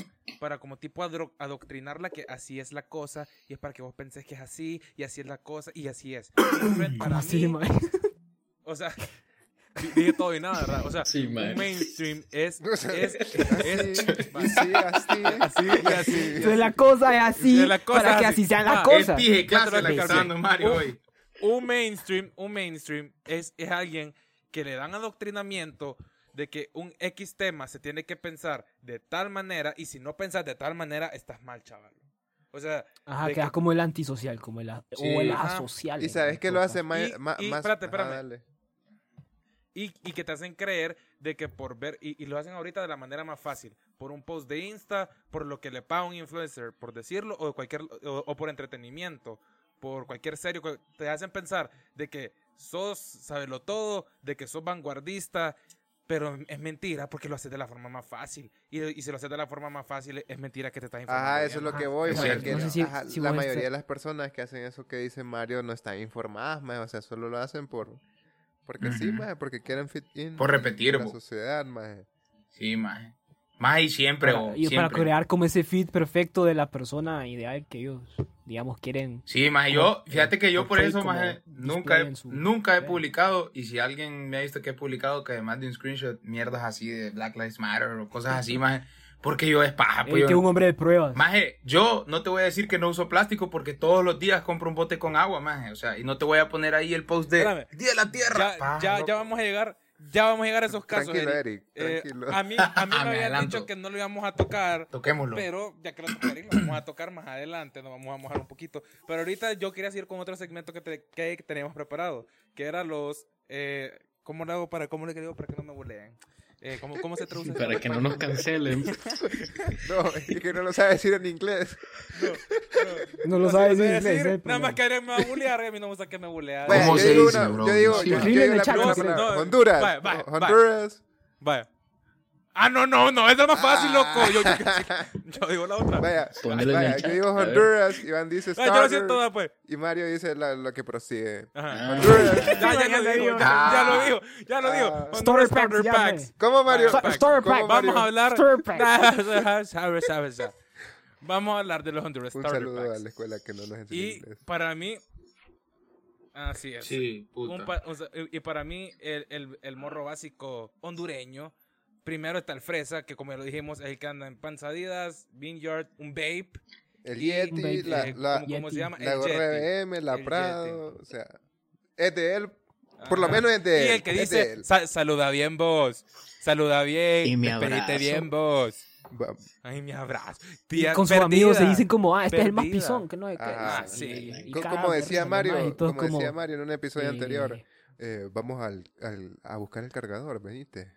C: para como tipo adro- adoctrinarla que así es la cosa y es para que vos pensés que es así y así es la cosa y así es. Un trend para
G: Así,
C: mí,
G: maje.
C: o sea, di- dije todo y nada, ¿verdad? O sea,
D: Sí,
C: un
D: man.
C: mainstream es,
F: O sea,
C: es, es-
F: así, así, así,
C: y así.
G: Entonces la cosa es así,
C: Entonces la cosa
G: para
C: es
G: que
C: así.
G: así sean
C: Ah,
G: las cosas.
E: Dije clase
C: Cuatro
E: la que
C: veces.
E: está dando Mario
C: Un-
E: hoy.
C: un mainstream, un mainstream es, es alguien que le dan adoctrinamiento de que un X tema se tiene que pensar de tal manera y si no pensás de tal manera estás mal, chaval. O sea,
G: Ajá,
C: de
G: quedas
C: que-
G: como el antisocial, como el, a- o el
C: ajá.
G: asocial.
F: Y sabes que lo hace ma-
C: Y-
F: ma- más...
C: y- espérate,
F: ajá,
C: espérame.
F: dale.
C: y, y que te hacen creer de que por ver, y, y lo hacen ahorita de la manera más fácil, por un post de Insta, por lo que le paga un influencer, por decirlo, o, cualquier, o, o por entretenimiento, por cualquier serio, que te hacen pensar de que sos, sabelo todo, de que sos vanguardista, pero es mentira porque lo haces de la forma más fácil. Y, y si lo haces de la forma más fácil, es mentira que te estás informando.
F: Ajá,
C: bien.
F: eso es lo que voy,
E: es
F: ma,
E: cierto.
F: que
G: No sé si-
F: ajá,
G: si
F: la
G: vos
F: mayoría
G: estás-
F: de las personas que hacen eso que dice Mario no están informadas, ma, o sea, solo lo hacen por... Porque sí,
E: Ujú.
F: ma, porque quieren fit in
E: Por
F: en
E: repetir,
F: la
E: bo.
F: sociedad, ma.
E: Sí, maje. Maje y siempre,
G: Para,
E: bo,
G: y para
E: siempre.
G: crear como ese fit perfecto de la persona ideal que ellos, digamos, quieren. eh,
E: Sí, maje, yo,
G: Como-
E: fíjate que yo
G: como
E: por
G: play,
E: eso,
G: como
E: maje,
G: display
E: nunca he,
G: en su-
E: nunca he
G: Ve.
E: publicado, y si alguien me ha visto que he publicado, que además de un screenshot, mierdas así de Black Lives Matter o cosas así, maje, porque yo es paja,
G: Él
E: pues
G: que
E: yo...
G: es un hombre de pruebas.
E: Maje, yo no te voy a decir que no uso plástico porque todos los días compro un bote con agua, maje, o sea, y no te voy a poner ahí el post de...
C: Espérame.
E: Día de la Tierra.
C: Ya,
E: Paja,
C: ya,
E: loco.
C: ya vamos a llegar, ya vamos a llegar a esos casos.
F: Tranquilo,
C: Eric.
F: Eric,
C: Eh,
F: tranquilo.
C: a mí, a mí
E: Ah, Me
C: me habían
E: adelanto.
C: dicho que no lo íbamos a tocar.
E: Toquémoslo.
C: Pero ya que lo tocaré, lo vamos a tocar más adelante, nos vamos a mojar un poquito. Pero ahorita yo quería seguir con otro segmento que, te- que teníamos preparado, que era los... eh, ¿Cómo le hago para, cómo le digo para que no me buleen? Eh, ¿cómo, cómo se traduce?
D: Para que no nos cancelen.
F: No, es que no lo sabe decir en inglés.
C: No,
G: No lo
C: O sea,
G: sabes
C: no
G: en
C: sé
G: inglés.
C: decir,
G: ese es el
C: Nada más
G: problema.
C: que alguien me va a bulear y a mí no me gusta que me bulea.
E: Bueno,
F: yo
E: se
F: digo
E: dice,
F: una-
E: bro?
F: yo digo,
E: Sí,
F: yo- yo
G: escribe en
F: digo
G: el
F: la
G: chat,
F: primera
G: no,
F: palabra.
C: no,
F: Honduras,
C: vaya, vaya,
F: oh,
C: vaya.
F: Honduras.
C: Vaya. Ah, no, no, no, es lo más fácil,
F: Ah.
C: loco. Yo, yo- yo digo la otra.
F: Vaya,
D: Ponelo en el
F: vaya, yo
D: chat,
F: digo
D: a ver.
F: Honduras, Iván dice
C: Ah, yo lo
F: starter,
C: siento toda, pues.
F: y Mario dice la- lo que prosigue.
C: Ajá.
D: Ah,
F: Honduras.
C: Ya, ya lo digo, ya, ya lo digo, ya lo digo.
F: Ah.
C: Honduras Starter
G: Starter packs, ya,
C: Packs.
G: güey.
F: ¿Cómo, Mario?
C: Sa-
G: Starter
F: ¿Cómo,
G: Pack,
C: Vamos
F: Mario?
C: a hablar. Ah,
G: Stir packs.
C: Ajá, sabe, sabe, sabe. Vamos a hablar de los Honduras
F: Un
C: Starter
F: saludo
C: Packs.
F: a la escuela que no nos enseña
C: Y
F: inglés.
C: para mí. Así es.
E: Sí, puta.
C: Un pa- o sea, y y para mí, el, el- el morro básico hondureño. Primero está el fresa, que como ya lo dijimos, es el que anda en panzadidas, vineyard, un vape.
F: El
C: y-
G: un
F: Yeti,
G: baby.
F: la,
C: eh,
F: la,
C: ¿cómo, cómo se
G: Yeti.
C: llama?
F: la
C: El
F: gorra
C: Yeti.
F: BM, la
C: El
F: Prado, o sea, es de él, por lo
C: Ajá.
F: menos es de él.
C: Y el que
F: es de
C: dice,
F: él.
C: "Sa- saluda bien vos, saluda bien,
D: Y me
C: despedite
D: abrazo.
C: bien vos.
F: Va-
C: Ay, mi abrazo.
G: Y
C: Tía
G: con sus
C: perdida.
G: amigos se dicen como, ah, este es el más
C: Perdida.
G: pisón, que no es que...
F: Ajá.
G: y-
C: Sí.
G: y- y
F: co-
G: cada
F: como decía
G: persona,
F: Mario,
G: maje, y todos
F: como, decía Mario en un episodio
G: eh,
F: anterior, eh, vamos al, al- a buscar el cargador, veniste.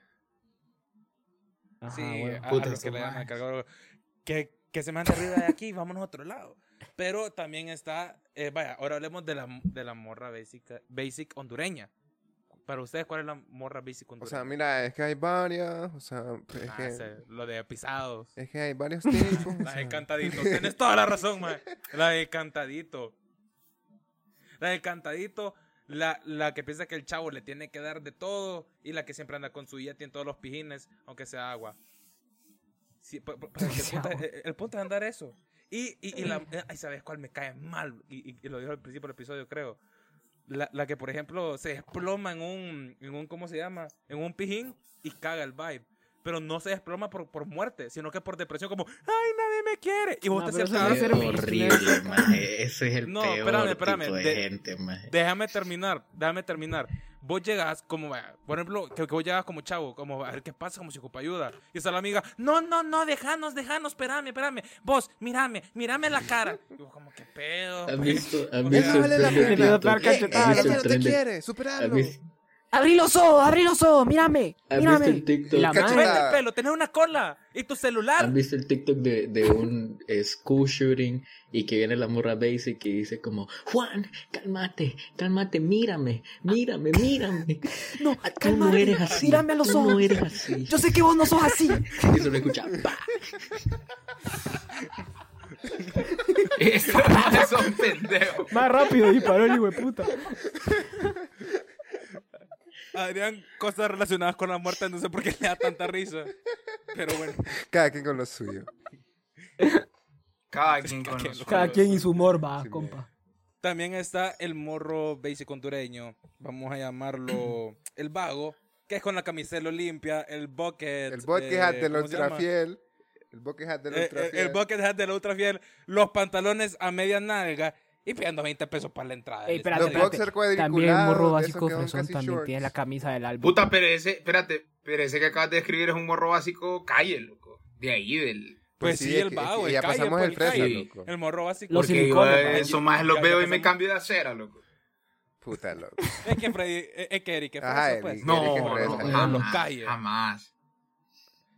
G: ajá,
C: Sí,
G: "Ah, bueno.
C: a- a los
E: Puta,
C: que
E: estos
C: le llaman
E: majes.
C: cargador. Que, que se mande arriba de aquí, vámonos a otro lado. Pero también está, eh, vaya, ahora hablemos de la, de la morra básica, basic hondureña. Para ustedes, ¿cuál es la morra basic
F: O
C: hondureña?
F: sea, mira, es que hay varias, o sea, es
C: Ah,
F: que,
C: sé, lo de pisados.
F: es que hay varios tipos. o
C: La
F: sea.
C: de cantadito. Tienes toda la razón, man. La de cantadito. La de cantadito. La, la que piensa que el chavo le tiene que dar de todo. Y la que siempre anda con su yeti en todos los pijines, aunque sea agua. Sí, pa- pa- pa- el, punto, el- el punto es andar eso. Y, y, y la. eh, Ay, ¿sabes cuál me cae mal? Y, y- y lo dijo al principio del episodio, creo. La, la que, por ejemplo, se desploma en un, en un. ¿Cómo se llama? En un pijín y caga el vibe. Pero no se desploma por, por muerte, sino que por depresión, como, ¡ay, nadie me quiere! Y vos
G: Ah,
C: te
G: pero eso no
C: sentás-
G: es ser
D: horrible, maje. Eso es el
C: No,
D: peor
C: espérame, espérame,
D: tipo de,
C: de-
D: gente, maje.
C: Déjame terminar, déjame terminar. Vos llegas como, eh, por ejemplo, que, que vos llegas como chavo, como a ver qué pasa, como si ocupa ayuda. Y está la amiga, no, no, no, déjanos, déjanos, espérame, espérame. Vos, mírame, mírame la cara. Y vos como, ¿qué pedo?
D: ¿Has visto? ¿Has
C: O sea,
D: visto?
F: no vale la
D: el tren
F: pena.
D: de
F: Le iba a
G: pegar
D: Pluto?
G: cachetada,
D: ¿Has
F: Ella
D: visto
F: no
D: el
F: te
D: tren de-
F: quiere,
D: ¿Has
F: superalo.
D: visto-
G: ¡Abrí los ojos, abrí los ojos! ¡Mírame,
D: ¿Has visto
G: mírame!
D: el TikTok?
G: Y la
F: Cacheta.
G: maje-
C: Vete el pelo, tenés una cola y tu celular.
D: ¿Han visto el TikTok de, de un eh, school shooting y que viene la morra basic y dice como, Juan, cálmate, cálmate, mírame, mírame, mírame.
G: No,
D: Ah, Tú no
G: cálmate,
D: eres así.
G: mírame a los
D: tú no
G: ojos.
D: eres así.
G: Yo sé que vos no sos así.
D: Y se lo escucha, pa.
E: Estos majes son pendejos.
G: Más rápido disparó el hijo de puta.
C: Adrián, cosas relacionadas con la muerte, no sé por qué le da tanta risa. Pero bueno,
F: Cada quien con lo suyo.
E: Cada quien con los
G: Cada quien y su humor va,
F: Sí,
G: compa.
C: también está el morro basic hondureño, vamos a llamarlo el vago, que es con la camiseta limpia, el bucket.
F: El
C: eh,
F: podcast del
C: ¿cómo se llama?
F: ultrafiel. El podcast del
C: Eh, eh, el
F: ultrafiel.
C: bucket hat de la ultra fiel, los pantalones a media nalga y pegando 20 pesos para la entrada.
G: Ey,
C: Y
G: espérate,
F: Los
C: dice,
G: espérate.
F: boxer
G: También
F: cuadriculados.
G: morro
F: de esos
G: básico
F: que son
G: fresón
F: casi
G: también
F: shorts.
G: tiene la camisa del álbum.
E: Puta, pero ese, espérate, pero ese que acabas de escribir es un morro básico, calle, loco. De ahí, del.
C: Pues
F: Pues sí,
C: sí,
F: es
C: el
F: que- es
C: vago,
F: que
C: el
F: ya
C: calle,
F: pasamos
C: pues,
F: el fresa,
C: calle.
F: loco.
C: El morro básico.
G: Los
E: Porque yo
G: silicones,
E: a
G: man.
E: eso más los
C: Ya-
E: veo
C: ya
E: y me
C: pasamos.
E: cambio de acera, loco.
F: Puta loco.
C: Es que Freddy, es es que Eric es
F: Ajá,
C: fresa,
F: Eric,
C: pues.
F: Eric es
E: No,
F: fresa.
E: no,
C: Los
E: jamás,
C: calles.
E: jamás.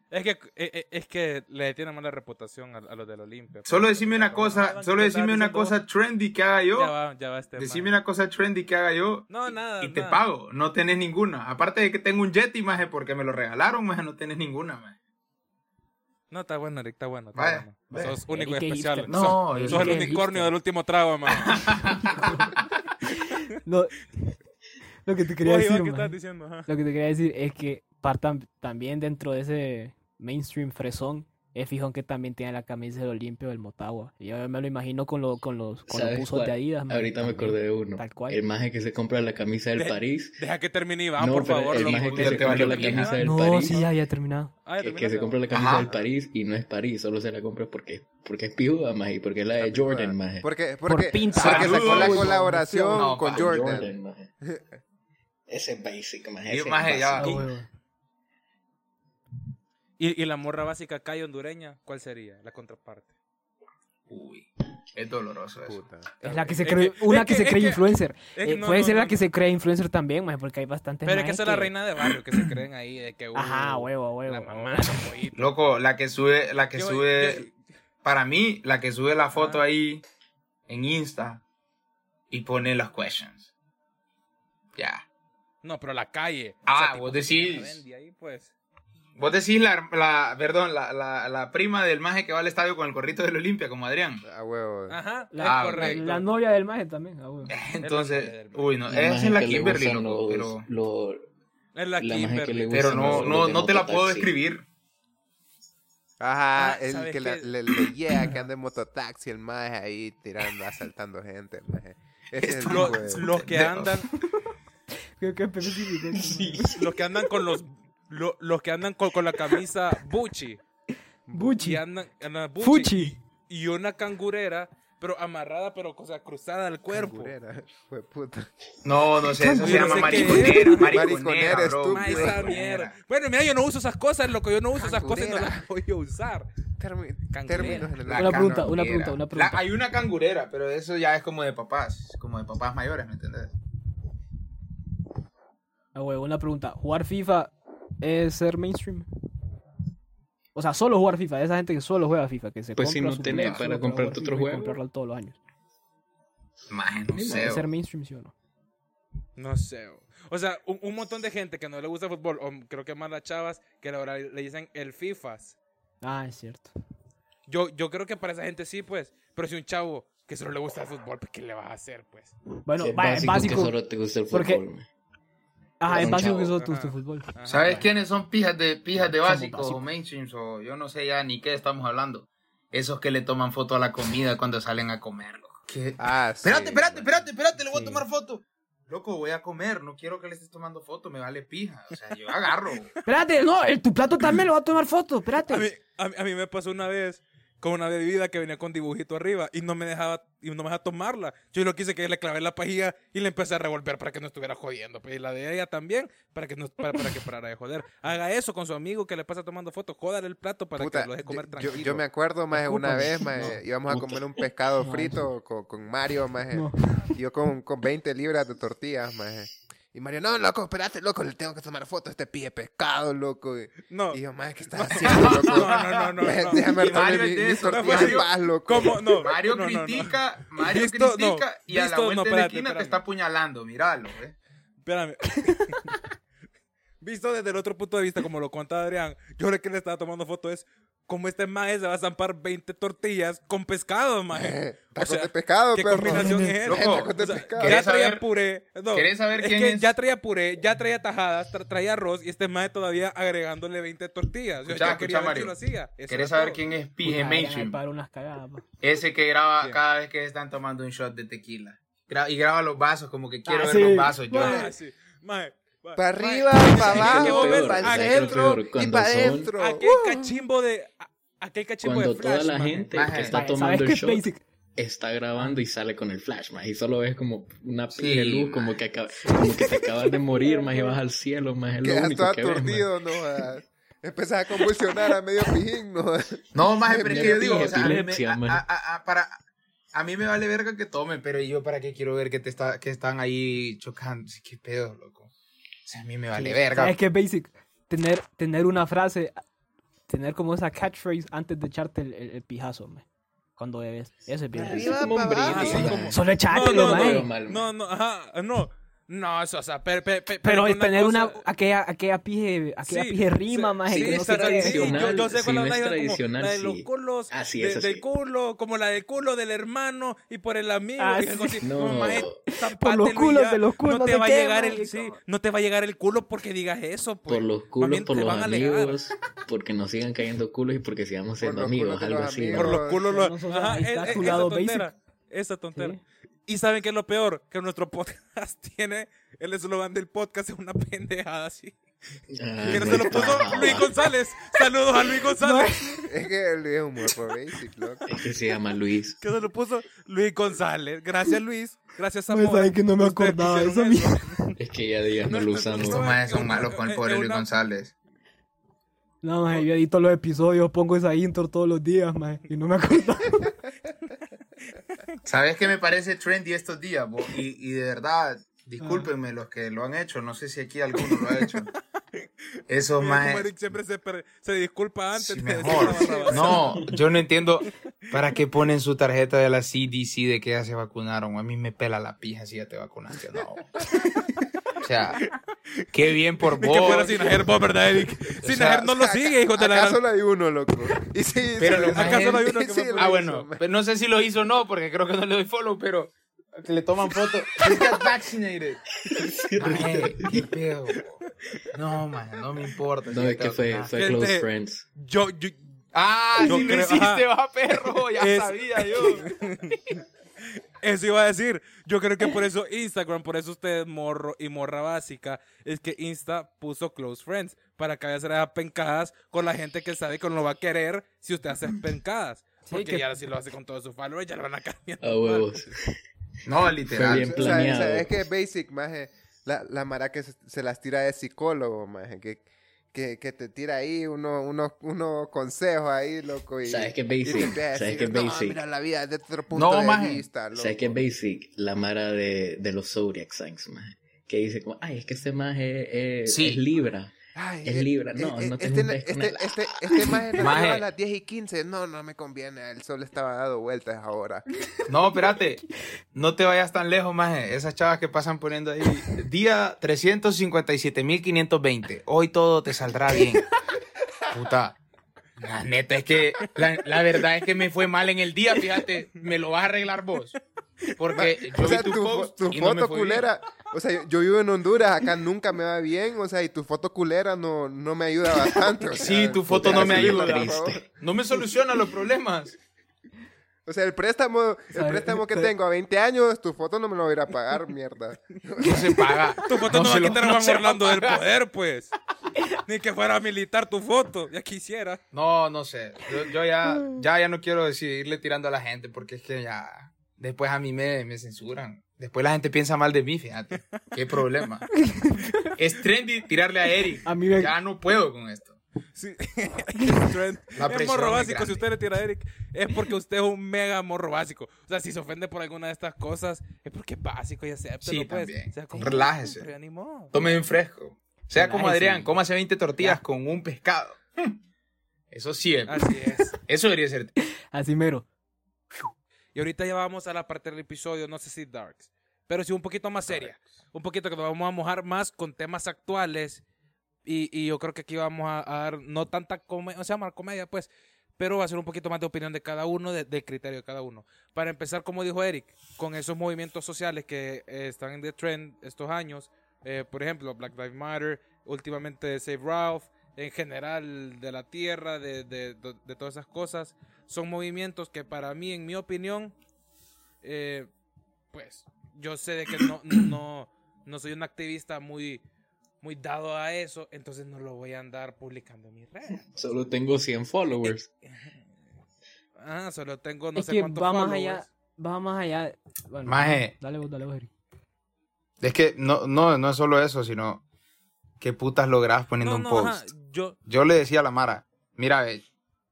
C: Es que, eh, eh, es que le tiene mala reputación a, a los del Olimpia. pues.
E: Solo decime una cosa, solo decime una cosa trendy que haga
C: Ya
E: yo.
C: va, ya va este
E: Decime
C: man.
E: una cosa trendy que haga yo.
C: No,
E: y-
C: nada,
E: Y te
C: nada.
E: pago. No tenés ninguna. Aparte de que tengo un Yeti, maje, porque me lo regalaron, maje, no tenés ninguna, maje.
C: No, está bueno, Eric, está bueno. Está
E: Vaya,
C: bueno.
E: vaya.
C: Sos único
G: Eric
C: y
G: es
C: especial.
G: hipster.
E: No,
C: sos,
E: Eric Ah,
C: sos el
G: es
C: unicornio
G: hipster.
C: del último trago, man.
G: Lo, lo que te quería
C: Oye, Iván,
G: decir,
C: ¿qué
G: maje,
C: estás diciendo? Ajá.
G: lo que te quería decir es que partan también dentro de ese mainstream fresón es fijón que también tiene la camisa del Olimpio del Motagua. Y Yo me lo imagino con, lo- con los con los
D: ¿Sabes
G: buzos
D: cuál?
G: de Adidas. maje,
D: Ahorita me
G: también.
D: acordé de uno.
G: Tal cual.
D: El maje que se compra la camisa del
C: De-
D: París.
C: Deja que termine Iván,
D: no,
C: por
D: pero
C: favor.
D: el
C: loco.
D: maje que
E: Ya
D: se
E: te
D: compra
E: valió
D: la
E: la
D: camisa
E: pena.
D: del
G: No,
D: París.
G: sí, ya había terminado.
C: Ah, ya
D: El que
C: terminaste.
D: se compra la camisa
E: Ajá.
D: del París y no es París, solo se la compra porque, porque es pijuda, maje, y porque es la de Eh, Jordan, maje.
F: Porque,
G: Por
F: porque, porque
G: pinta.
F: sacó la
E: Saludos.
F: colaboración
E: No,
F: con
E: pa,
F: Jordan.
D: maje. Ese es basic, maje.
E: Y,
D: ese es
E: maje, ya
D: básico.
E: va.
G: Ah, huevo.
C: ¿Y, y la morra básica calle hondureña, ¿cuál sería la contraparte?
E: Uy, es doloroso eso.
F: Puta.
G: Es la que se
C: Es
G: cree,
C: que-
G: una
C: es
G: que
C: que-
G: se
C: es
G: cree
C: que-
G: influencer.
C: es que
G: Eh,
C: no,
G: puede
C: no,
G: ser
C: no,
G: la que
C: no.
G: se cree influencer también, maje, porque hay bastantes
C: Pero es que
G: majes
C: esa es la reina de barrio que se creen ahí, de que. uh,
G: Ajá, huevo, huevo.
C: La mamá, los pollitos.
E: Loco, la que sube, la que
C: Yo-
E: sube,
C: yo-
E: para mí, la que sube la foto ahí en Insta y pone las questions. Ya.
C: no, pero la calle.
E: Ah,
C: tipo,
E: vos
C: que
E: decís.
C: la vende ahí, pues.
E: Vos decís la, la perdón, la, la, la prima del maje que va al estadio con el corrito del Olimpia, como Adrián.
F: A huevo.
C: Ajá,
E: Ah,
G: La,
C: es
G: la-
C: correcto.
G: la novia del maje también. ah, huevo.
D: Eh.
E: Entonces,
C: del-
E: uy, no,
D: La
E: esa
D: maje
E: es la
D: que le
E: Kimberly,
D: gustan
E: loco,
D: los-
E: pero,
D: los-
C: es la,
D: la maje que le
C: Kimberly.
D: gusta.
E: pero no,
D: los-
E: no,
D: los de
E: no te la puedo
D: mototaxi.
E: describir.
F: Ajá,
C: Ah,
F: el
C: ¿sabes
F: que la-
C: qué?
F: le, le llega, que anda en mototaxi, el maje ahí tirando, asaltando gente, el maje. Ese es el
C: Lo-
F: tipo de-
C: los que andan,
G: Creo que empezó sin idea, maje.
C: los que andan con los, lo- los que andan con, con la camisa Bucci.
G: Buchi.
C: Y andan, andan Bucci.
G: Fuchi.
C: y una cangurera pero amarrada, pero cosa cruzada al cuerpo.
F: Cangurera, fue puta.
E: No, no sé, eso se
C: Yo no
E: llama
C: sé qué
E: mariconera.
F: es.
E: Mariconera,
F: Mariconera,
E: bro.
F: estúpido.
C: Ma, esa mierda. Bueno, mira, yo no uso esas cosas, loco. Yo no uso esas cosas y no las voy a usar.
F: Termi-
C: Cangurera.
F: Términos en el
E: La
G: Una pregunta,
E: cangurera.
G: una pregunta, una
E: La-
G: pregunta.
E: hay una cangurera, pero eso ya es como de papás, como de papás mayores, ¿me entendés?
G: Ah, huevo, una pregunta. ¿Jugar FIFA es ser mainstream? O sea, solo jugar FIFA. Esa gente que solo juega FIFA, que se
D: Pues
G: compra
D: si no
G: su
D: tenés
G: Play solo
D: para comprarte
G: jugar
D: otro
G: FIFA y
D: juego.
G: comprarlo todos los años.
E: Maje, no sé.
G: ¿Es ser
E: bro.
G: mainstream, sí o no?
C: No sé. o- O sea, un, un montón de gente que no le gusta el fútbol, o creo que más las chavas, que ahora le dicen el FIFAs.
G: Ah, es cierto.
C: Yo, yo creo que para esa gente sí, pues. Pero si un chavo que solo le gusta el fútbol, pues, ¿qué le vas a hacer, pues?
G: Bueno,
D: Es
G: va- es
D: básico,
G: básico.
D: que solo te gusta el fútbol.
G: Porque-
D: man.
G: Ajá,
D: es
G: es
D: un
G: básico
D: chavo.
G: que solo te
C: Ajá.
G: guste el fútbol.
C: Ajá.
E: ¿Sabes quiénes son pijas de pijas de
G: Somos
E: básicos o
G: básicos.
E: mainstreams o yo no sé ya ni qué estamos hablando? Esos que le toman foto a la comida cuando salen a comer. loco. ¿Qué?
F: Ah, sí.
E: espérate, espérate, espérate, espérate, le voy
G: Sí.
E: a tomar foto. Loco, voy a comer, no quiero que le estés tomando foto, me vale pija. O sea, yo agarro.
G: Espérate, no, el, tu plato también lo va a tomar foto. Espérate.
C: A mí, a, mí- a mí me pasó una vez con una bebida que venía con dibujito arriba y no me dejaba, y no me dejaba tomarla. Yo lo que hice que le clavé la pajilla y le empecé a revolver para que no estuviera jodiendo. pues, Y la de ella también, para que no, para, para que parara de joder. Haga eso con su amigo que le pasa tomando fotos, jódale el plato para
F: Puta,
C: que lo deje comer
F: yo- yo,
C: tranquilo.
F: yo me acuerdo, más una
G: Discúlpame.
F: vez, maje, íbamos a comer un pescado frito con, con Mario, maje.
G: No.
F: Yo con, con 20 libras de tortillas, maje. Y Mario, no, loco, espérate, loco, le tengo que tomar foto a este pie de pescado, loco. Y,
C: No.
F: y yo, maje, ¿qué estás haciendo, loco?
C: No, no, no, no,
F: Maje,
C: no.
F: Déjame
E: Y Mario
F: tomar mi,
E: es de
F: mi
E: esos,
F: tortilla
C: Mario.
F: en paz, loco.
C: ¿Cómo? No.
E: Mario
C: no, no, no.
E: critica, Mario
C: Visto, no.
E: critica y a la
C: Visto, no,
E: vuelta de la
C: espérate,
E: esquina te
C: espérame.
E: está apuñalando, míralo, eh.
C: Espérame. Visto desde el otro punto de vista, como lo cuenta Adrián, yo lo que le estaba tomando foto es cómo este maje se va a zampar 20 tortillas con pescado,
E: Eh,
C: maje.
F: Tacos de pescado,
C: ¿Qué
F: perro.
C: combinación es
E: Loco,
C: esa?
F: tacos de
C: O sea,
F: pescado.
C: ya
E: ¿Querés
C: traía
E: saber-
C: puré. No,
E: querés saber
C: es
E: quién
C: que
E: es?
C: ya traía puré, ya traía tajadas, tra- traía arroz y este maje todavía agregándole 20 tortillas. Yo
E: Escuchá,
C: ya quería
E: escuchá,
C: ver si
E: Mario.
C: lo hacía. Eso
E: ¿Querés
C: era
E: saber
C: todo.
E: quién es
G: Puta,
E: pije
G: ya
E: mainstream?
G: para unas cagadas, pa.
E: Ese que graba
C: ¿Quién?
E: cada vez que están tomando un shot de tequila. Gra- y graba los vasos, como que quiero
G: Ah,
E: ver
G: sí.
E: los vasos. Yo.
C: Maje, ah, sí, maje, maje.
F: Para arriba,
C: Maje,
F: para
C: ¿sabes qué
F: abajo,
C: vos ves?
D: peor,
F: para el
D: ¿sabes qué
C: Aquel-
D: es lo
F: centro
D: peor?
F: y
D: Cuando
F: para
D: son-
F: adentro.
C: Aquel
E: Uh.
C: cachimbo de... a- Aquel cachimbo
D: Cuando
C: de flash,
D: toda la
C: maje.
D: gente
E: Maje.
D: que está
G: Vaya, ¿sabes
D: tomando
G: qué
D: el
G: es
D: shot
G: basic?
D: está grabando y sale con el flash, más y solo ves como una
E: Sí,
D: pila de luz,
E: maje.
D: como que, acaba- como que te acabas de morir, más y vas al cielo, más es lo
F: Quedas todo
D: único que ves. maje.
F: aturdido, no jodas. Empezás a convulsionar a medio pijín, no jodas.
E: No, más pero es que yo digo, o sea, a, mí me-
D: Epilepsia,
E: a-
D: man.
E: a- a- a- para, a mí me vale verga que tomen, pero yo para qué quiero ver que, te está, que están ahí chocando. Sí, ¿Qué pedo, loco? O sea, a mí me vale verga.
G: ¿Sabes qué es basic? Tener, tener una frase, tener como esa catchphrase antes de echarte el, el- el pijazo, man. Cuando bebes. Eso es bien
D: Eso
G: basic.
D: es como un
C: Ah,
D: brindis,
C: sí,
D: maje.
C: como-
G: Solo
C: No,
G: echártelo,
C: no,
G: man.
D: no,
C: no,
D: no, mal,
C: no, no, ajá, no. No, eso, o sea, pero, pero, pero,
G: Pero es tener una,
C: cosa-
G: aquella, aquella pije, aquella
C: Sí,
G: pije rima,
C: sí,
G: maje,
C: sí,
G: que no
C: está
G: sé qué es.
C: tradicional,
D: tradicional,
C: Yo, yo sé
D: si
C: cuál
D: no
C: habla,
D: es
C: yo como
D: tradicional,
C: la de los
D: sí.
C: culos,
D: Ah, sí,
C: de-
D: eso
C: del
D: sí.
C: culo, como la del culo del hermano y por el amigo.
G: Ah,
C: y algo
G: sí.
C: así.
D: No.
C: Como, maje,
G: Por los
C: zapátelo y
G: culos,
C: ya.
G: de los culos,
C: No te
G: no
C: va a
G: sé qué,
C: llegar el,
G: maje,
C: sí,
G: como-
C: no te va a llegar el culo porque digas eso. Pues.
D: Por los
C: Más
D: culos,
C: bien
D: por
C: te
D: los
C: van a alegar.
D: amigos, porque nos sigan cayendo culos y porque sigamos
F: Por
D: siendo
F: los
D: amigos,
F: culos de
D: algo
F: los
D: así.
F: amigos.
C: Por los culos.
G: no,
C: lo-
G: no, o sea,
C: ajá,
G: ahí está
C: e- e-
G: tu
C: esa
G: lado
C: tontera. Esa tontera.
G: Sí.
C: Y saben que es lo peor, que nuestro podcast tiene el eslogan del podcast es una pendejada así.
D: Ah,
C: Que no
D: me
C: se lo puso
D: estaba.
C: Luis González. Saludos a Luis González.
F: Es que el es humor por basic, loco.
D: Es que se llama Luis.
C: Que se lo puso Luis González. Gracias, Luis. Gracias,
G: No,
C: Samuel.
G: saben que no me
C: Ustedes
G: acordaba de
C: pusieron
G: esa
C: eso.
D: Es que ya días no lo usamos.
E: Estos más son malos con el pobre
C: Es
E: Luis
C: una-
E: González.
G: No, maje, yo edito los episodios, pongo esa intro todos los días, maje, y no me acuerdo.
E: ¿Sabes qué me parece trendy estos días? bo? Y, y de verdad, discúlpenme los que lo han hecho, no sé si aquí alguno lo ha hecho. Esos
C: Mira cómo
E: más...
C: Eric siempre se, per- se disculpa antes.
E: eh. Sí,
C: de decir
E: mejor.
C: la barra
E: No, yo no entiendo para qué ponen su tarjeta de la CDC de que ya se vacunaron. A mí me pela la pija si ya te vacunaste o no. O sea, qué bien por
C: Ni que fuera
E: vos.
C: Sinajer, vos, ¿verdad, Eric? Sinajer no lo sigue, hijo de la
F: Acá
C: gran-
F: solo hay uno, loco. Y sí,
E: Pero
F: sí,
E: lo
F: sí,
E: más-
F: sí,
E: Acá solo
C: hay uno que
F: sí,
C: me
F: lo
E: Ah,
F: hizo,
E: bueno,
F: man.
E: pero no sé si lo hizo o no, porque creo que no le doy follow, pero que le toman foto. Just got vaccinated. Maje, qué pedo. No, man, no me importa. si
D: No,
E: ya
D: es
E: te
D: que fue,
E: vacunaste.
D: fue
C: Gente-
D: Close Friends.
C: Yo, yo,
E: Ah,
C: Yo
E: sí lo
C: creo-
E: hiciste,
C: ajá.
E: va, perro. Ya
C: Es-
E: sabía yo.
C: Eso iba a decir. Yo creo que por eso Instagram, por eso ustedes morro y morra básica, es que Insta puso close friends para que vaya a hacer esas pencadas con la gente que sabe que no lo va a querer si usted hace pencadas.
G: Sí,
C: Porque
G: que-
C: ya si lo hace con todos sus followers, ya lo van a cambiar.
D: A huevos.
E: No,
D: Fue
E: literal.
D: bien
F: Sa-
D: planeado.
F: ¿Sabes qué? Basic, maje. La, la mara que se, se las tira de psicólogo, maje. Que, que, que te tira ahí unos uno, uno consejos ahí, loco. Y,
D: ¿Sabes qué?
F: y te
D: Basic.
F: empieza a
D: ¿Sabes qué?
F: decir, "No,
D: Basic.
F: mira la vida desde otro punto
E: No,
F: de
E: maje.
F: vista, loco.
D: ¿Sabes qué es basic? La mara de, de los Zodiac signs, maje. Que dice como, ay, es que este maje es, es-
E: Sí.
D: es Libra.
F: Ay,
D: Es
F: eh,
D: Libra,
F: eh,
D: no,
F: eh,
D: no te
F: este,
D: juntes
F: este,
D: con él.
F: este, este, maje no
E: Maje.
F: llegó a las 10 y 15. No, no me conviene. El sol estaba dando vueltas ahora.
E: No, espérate. No te vayas tan lejos, maje. Esas chavas que pasan poniendo ahí. Día 357.520. Hoy todo te saldrá bien. Puta. La neta es que. La, la verdad es que me fue mal en el día, fíjate. Me lo vas a arreglar vos. Porque yo
F: o sea,
E: vi tu,
F: tu, fo-
E: post
F: tu
E: y no
F: foto
E: me fue bien.
F: culera. O sea, yo, yo vivo en Honduras, acá nunca me va bien. O sea, y tu foto culera no, no me ayuda bastante. o
E: Sí,
F: sea,
E: tu foto no me
F: Ah, así,
E: ayuda.
F: por favor.
E: No me soluciona los problemas.
F: O sea, el préstamo, el
G: ¿Sabe?
F: préstamo que
G: ¿Sabe?
F: tengo a 20 años, tu foto no me lo voy a ir a pagar, mierda.
E: No se paga.
C: Tu foto no, va
E: se
C: a
E: lo-
C: quitar a
E: no
C: Juan
E: se lo-
C: Orlando del poder, pues. Ni que fuera militar tu foto. Ya quisiera.
E: No, no sé. Yo, yo ya,
C: Mm.
E: ya, ya no quiero decir, irle tirando a la gente porque es que ya después a mí me, me censuran. Después la gente piensa mal de mí, fíjate. Qué problema. es trendy tirarle a Eric.
G: A mí me-
E: Ya no puedo con esto.
C: Sí. El trend.
E: La
C: es
E: presión
C: morro
E: es
C: básico. Si
E: grande.
C: usted le tira a Eric, es porque usted es un mega morro básico. O sea, si se ofende por alguna de estas cosas, es porque es básico y acepta. Pues,
E: Sí, también.
C: Sea como-
E: Relájese.
C: Hombre, ni modo.
E: Tomen un fresco. Sea como
G: Relájese.
E: Adrián, cómase 20 tortillas con un pescado. Eso sí, es-
C: Así es.
E: eso debería ser.
G: Así mero.
C: Y ahorita ya vamos a la parte del episodio, no sé si Darks, pero sí un poquito más seria. Un poquito que nos vamos a mojar más con temas actuales. Y, y yo creo que aquí vamos a, a dar no tanta comedia, o sea, más comedia, pues, pero va a ser un poquito más de opinión de cada uno, de, de criterio de cada uno. Para empezar, como dijo Eric, con esos movimientos sociales que eh, están en the trend estos años, eh, por ejemplo, Black Lives Matter, últimamente Save Ralph, en general de la tierra, de, de- de- de todas esas cosas, son movimientos que para mí, en mi opinión, eh, pues yo sé de que no, no, no soy un activista muy, muy dado a eso, entonces no lo voy a andar publicando en mis redes.
D: Solo tengo 100 followers.
C: Ah, solo tengo no
G: Es
C: sé
G: que
C: cuántos
G: va más
C: followers.
G: allá. Va más allá. Bueno,
E: Maje.
G: Dale vos, dale vos, Eric.
E: Es que no, no, no es solo eso, sino qué putas lográs poniendo
C: No,
E: un
C: no,
E: post.
C: ajá, yo,
E: yo le decía a la Mara, mira, eh,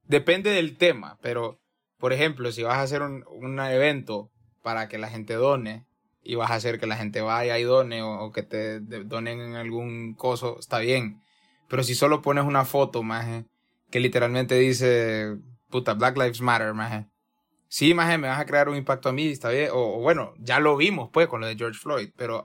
E: depende del tema, pero, por ejemplo, si vas a hacer un, un evento para que la gente done y vas a hacer que la gente vaya y done o, o que te de- donen en algún coso, está bien. Pero si solo pones una foto, maje, que literalmente dice, puta, Black Lives Matter, maje. Sí, maje, me vas a crear un impacto a mí, está bien. O, o bueno, ya lo vimos, pues, con lo de George Floyd, pero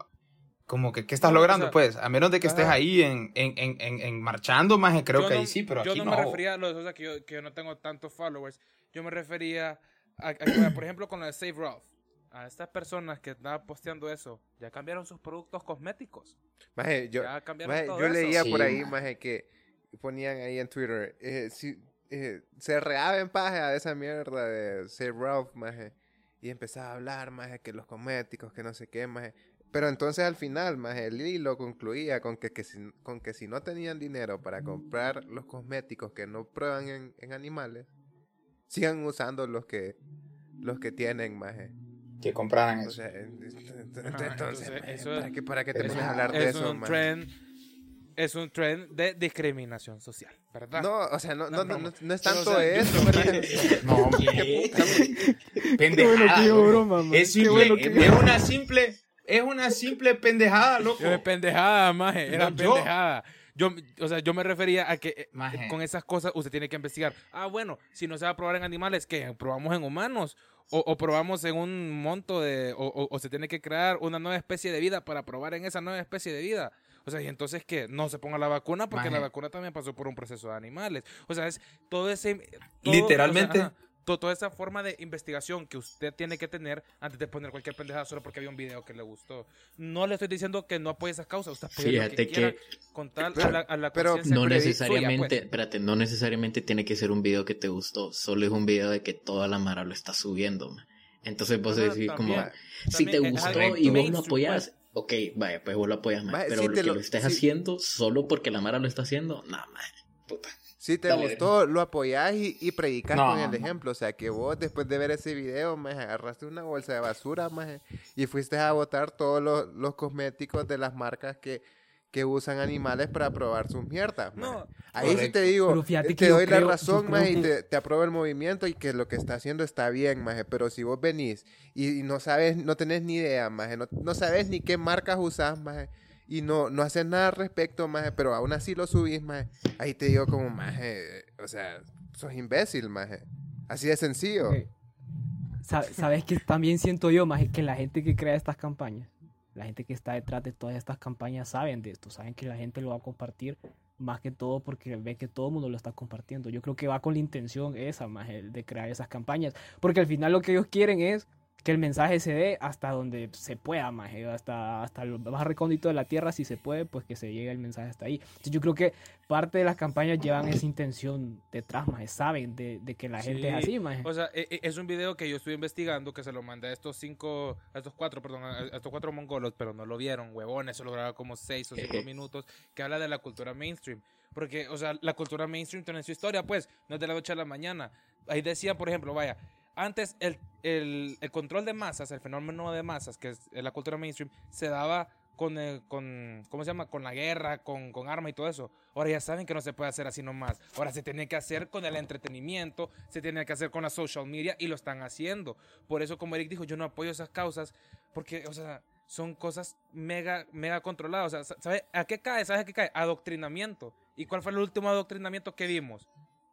E: como que, ¿qué estás
C: No, o
E: logrando,
C: sea,
E: pues? A menos de que estés
C: ajá.
E: ahí en, en, en, en, en marchando, maje, creo
C: yo
E: que
C: no-
E: ahí sí, pero
C: yo
E: aquí no.
C: no me refería a los, o sea, que yo, que yo no tengo tantos followers. Yo me refería a, a que, por ejemplo, con lo de Save Ralph. A estas personas que estaban posteando eso, ya cambiaron sus productos cosméticos.
F: Maje, yo,
C: Ya cambiaron
F: maje,
C: todo
F: yo
C: eso.
F: leía
D: Sí,
F: por ahí,
D: maje.
F: maje, que ponían ahí en Twitter. eh, si- eh, se reaben paje a esa mierda de Sir Ralph, maje. Y empezaba a hablar, maje, que los cosméticos, que no sé qué, maje. Pero entonces al final, maje, el hilo concluía con que, que si, con que si no tenían dinero para comprar los cosméticos que no prueban en, en animales, sigan usando los que, los que tienen, maje.
E: Que compraran
F: O
E: eso.
F: sea, ent- ent- ent-
C: Ajá,
F: entonces,
C: Ah, entonces,
F: maje,
C: eso
F: ¿para,
C: es-
F: qué, ¿para qué te
E: es
F: pones a
E: un-
F: hablar de
C: es
F: eso,
C: un
F: maje?
C: trend, es un trend de discriminación social, ¿verdad?
F: No, o sea, no, no, no, no- no es
C: Pero,
F: tanto
C: o sea, yo
F: eso. ¿verdad?
E: No, hombre. pendejada.
G: Qué bueno que yo
E: loco.
G: broma, man.
E: es,
G: Qué
E: simple-
G: bueno que
E: es una simple, es una simple pendejada, loco.
C: Yo de pendejada, maje, era
E: No, yo.
C: pendejada. Yo, o sea, yo me refería a que eh,
E: Maje.
C: con esas cosas usted tiene que investigar. Ah, bueno, si no se va a probar en animales, ¿qué? ¿Probamos en humanos? O, o probamos en un monto de... O, o- o se tiene que crear una nueva especie de vida para probar en esa nueva especie de vida? O sea, y entonces que no se ponga la vacuna porque
E: Maje.
C: la vacuna también pasó por un proceso de animales. O sea, es todo ese... todo-
E: Literalmente.
C: o sea, ajá, to- toda esa forma de investigación que usted tiene que tener antes de poner cualquier pendejada solo porque había un video que le gustó. No le estoy diciendo que no apoye esas causas. Usted apoye lo
D: Fíjate
C: que,
D: que-
C: quiera con tal a la, a la
F: pero
C: conciencia
D: No
C: previa suya,
D: necesariamente,
C: pues.
D: espérate, no necesariamente tiene que ser un video que te gustó, solo es un video de que toda la mara lo está subiendo. ma. Entonces vos
C: Ajá,
D: decís como,
C: también,
D: si te
C: también, es
D: gustó
C: algo
D: y vos
C: mainstream,
D: no apoyás,
C: pues.
D: ok, vaya, pues vos lo apoyas más.
F: Maje,
D: Pero
F: si
D: lo
F: te
D: que lo
F: lo-
D: estés
F: si-
D: haciendo solo porque la Mara lo está haciendo, nada más. Puta.
F: Si te
D: Dale,
F: gustó, lo apoyás y, y predicás
E: No,
F: con el
E: no.
F: ejemplo. O sea, que vos después de ver ese video, más agarraste una bolsa de basura, más y fuiste a botar todos los, los cosméticos de las marcas que, que usan animales para probar sus mierdas. maje.
C: No,
F: Ahí sí
E: correcto.
F: te digo,
G: Pero fíjate que
F: te
G: yo
F: doy la
G: creo-
F: razón,
G: yo
F: maje,
G: creo
F: y
G: que-
F: te, te apruebo el movimiento y que lo que está haciendo está bien, maje. Pero si vos venís y, y no sabes, no tenés ni idea, maje, no, no sabes ni qué marcas usás, maje, y no, no haces nada al respecto, maje, pero aún así lo subís, maje, ahí te digo como, maje, o sea, sos imbécil, maje. Así de sencillo.
G: Ok. Sa- Sabes que también siento yo, más que la gente que crea estas campañas, la gente que está detrás de todas estas campañas saben de esto, saben que la gente lo va a compartir más que todo porque ve que todo el mundo lo está compartiendo. Yo creo que va con la intención esa, más de crear esas campañas, porque al final lo que ellos quieren es que el mensaje se dé hasta donde se pueda, más eh, hasta, hasta lo más recóndito de la tierra, si se puede, pues que se llegue el mensaje hasta ahí. Entonces, yo creo que parte de las campañas llevan esa intención detrás, más eh, saben de, de que la gente es
C: Sí,
G: así, más eh.
C: O sea, e- e- es un video que yo estuve investigando que se lo mandé a estos cinco, a estos cuatro, perdón, a a estos cuatro mongolos, pero no lo vieron, huevones, solo duraba como seis o cinco minutos, que habla de la cultura mainstream. Porque, o sea, la cultura mainstream tiene su historia, pues, no es de la noche a la mañana. Ahí decía, por ejemplo, vaya, antes el, el- el control de masas, el fenómeno de masas, que es eh, la cultura mainstream, se daba con, eh, con ¿cómo se llama? Con la guerra, con, con armas y todo eso. Ahora ya saben que no se puede hacer así nomás. Ahora se tiene que hacer con el entretenimiento, se tiene que hacer con la social media y lo están haciendo. Por eso, como Eric dijo, yo no apoyo esas causas porque, o sea, son cosas mega, mega controladas. O sea, ¿sabes a qué cae? ¿Sabes a qué cae? Adoctrinamiento. ¿Y cuál fue el último adoctrinamiento que vimos?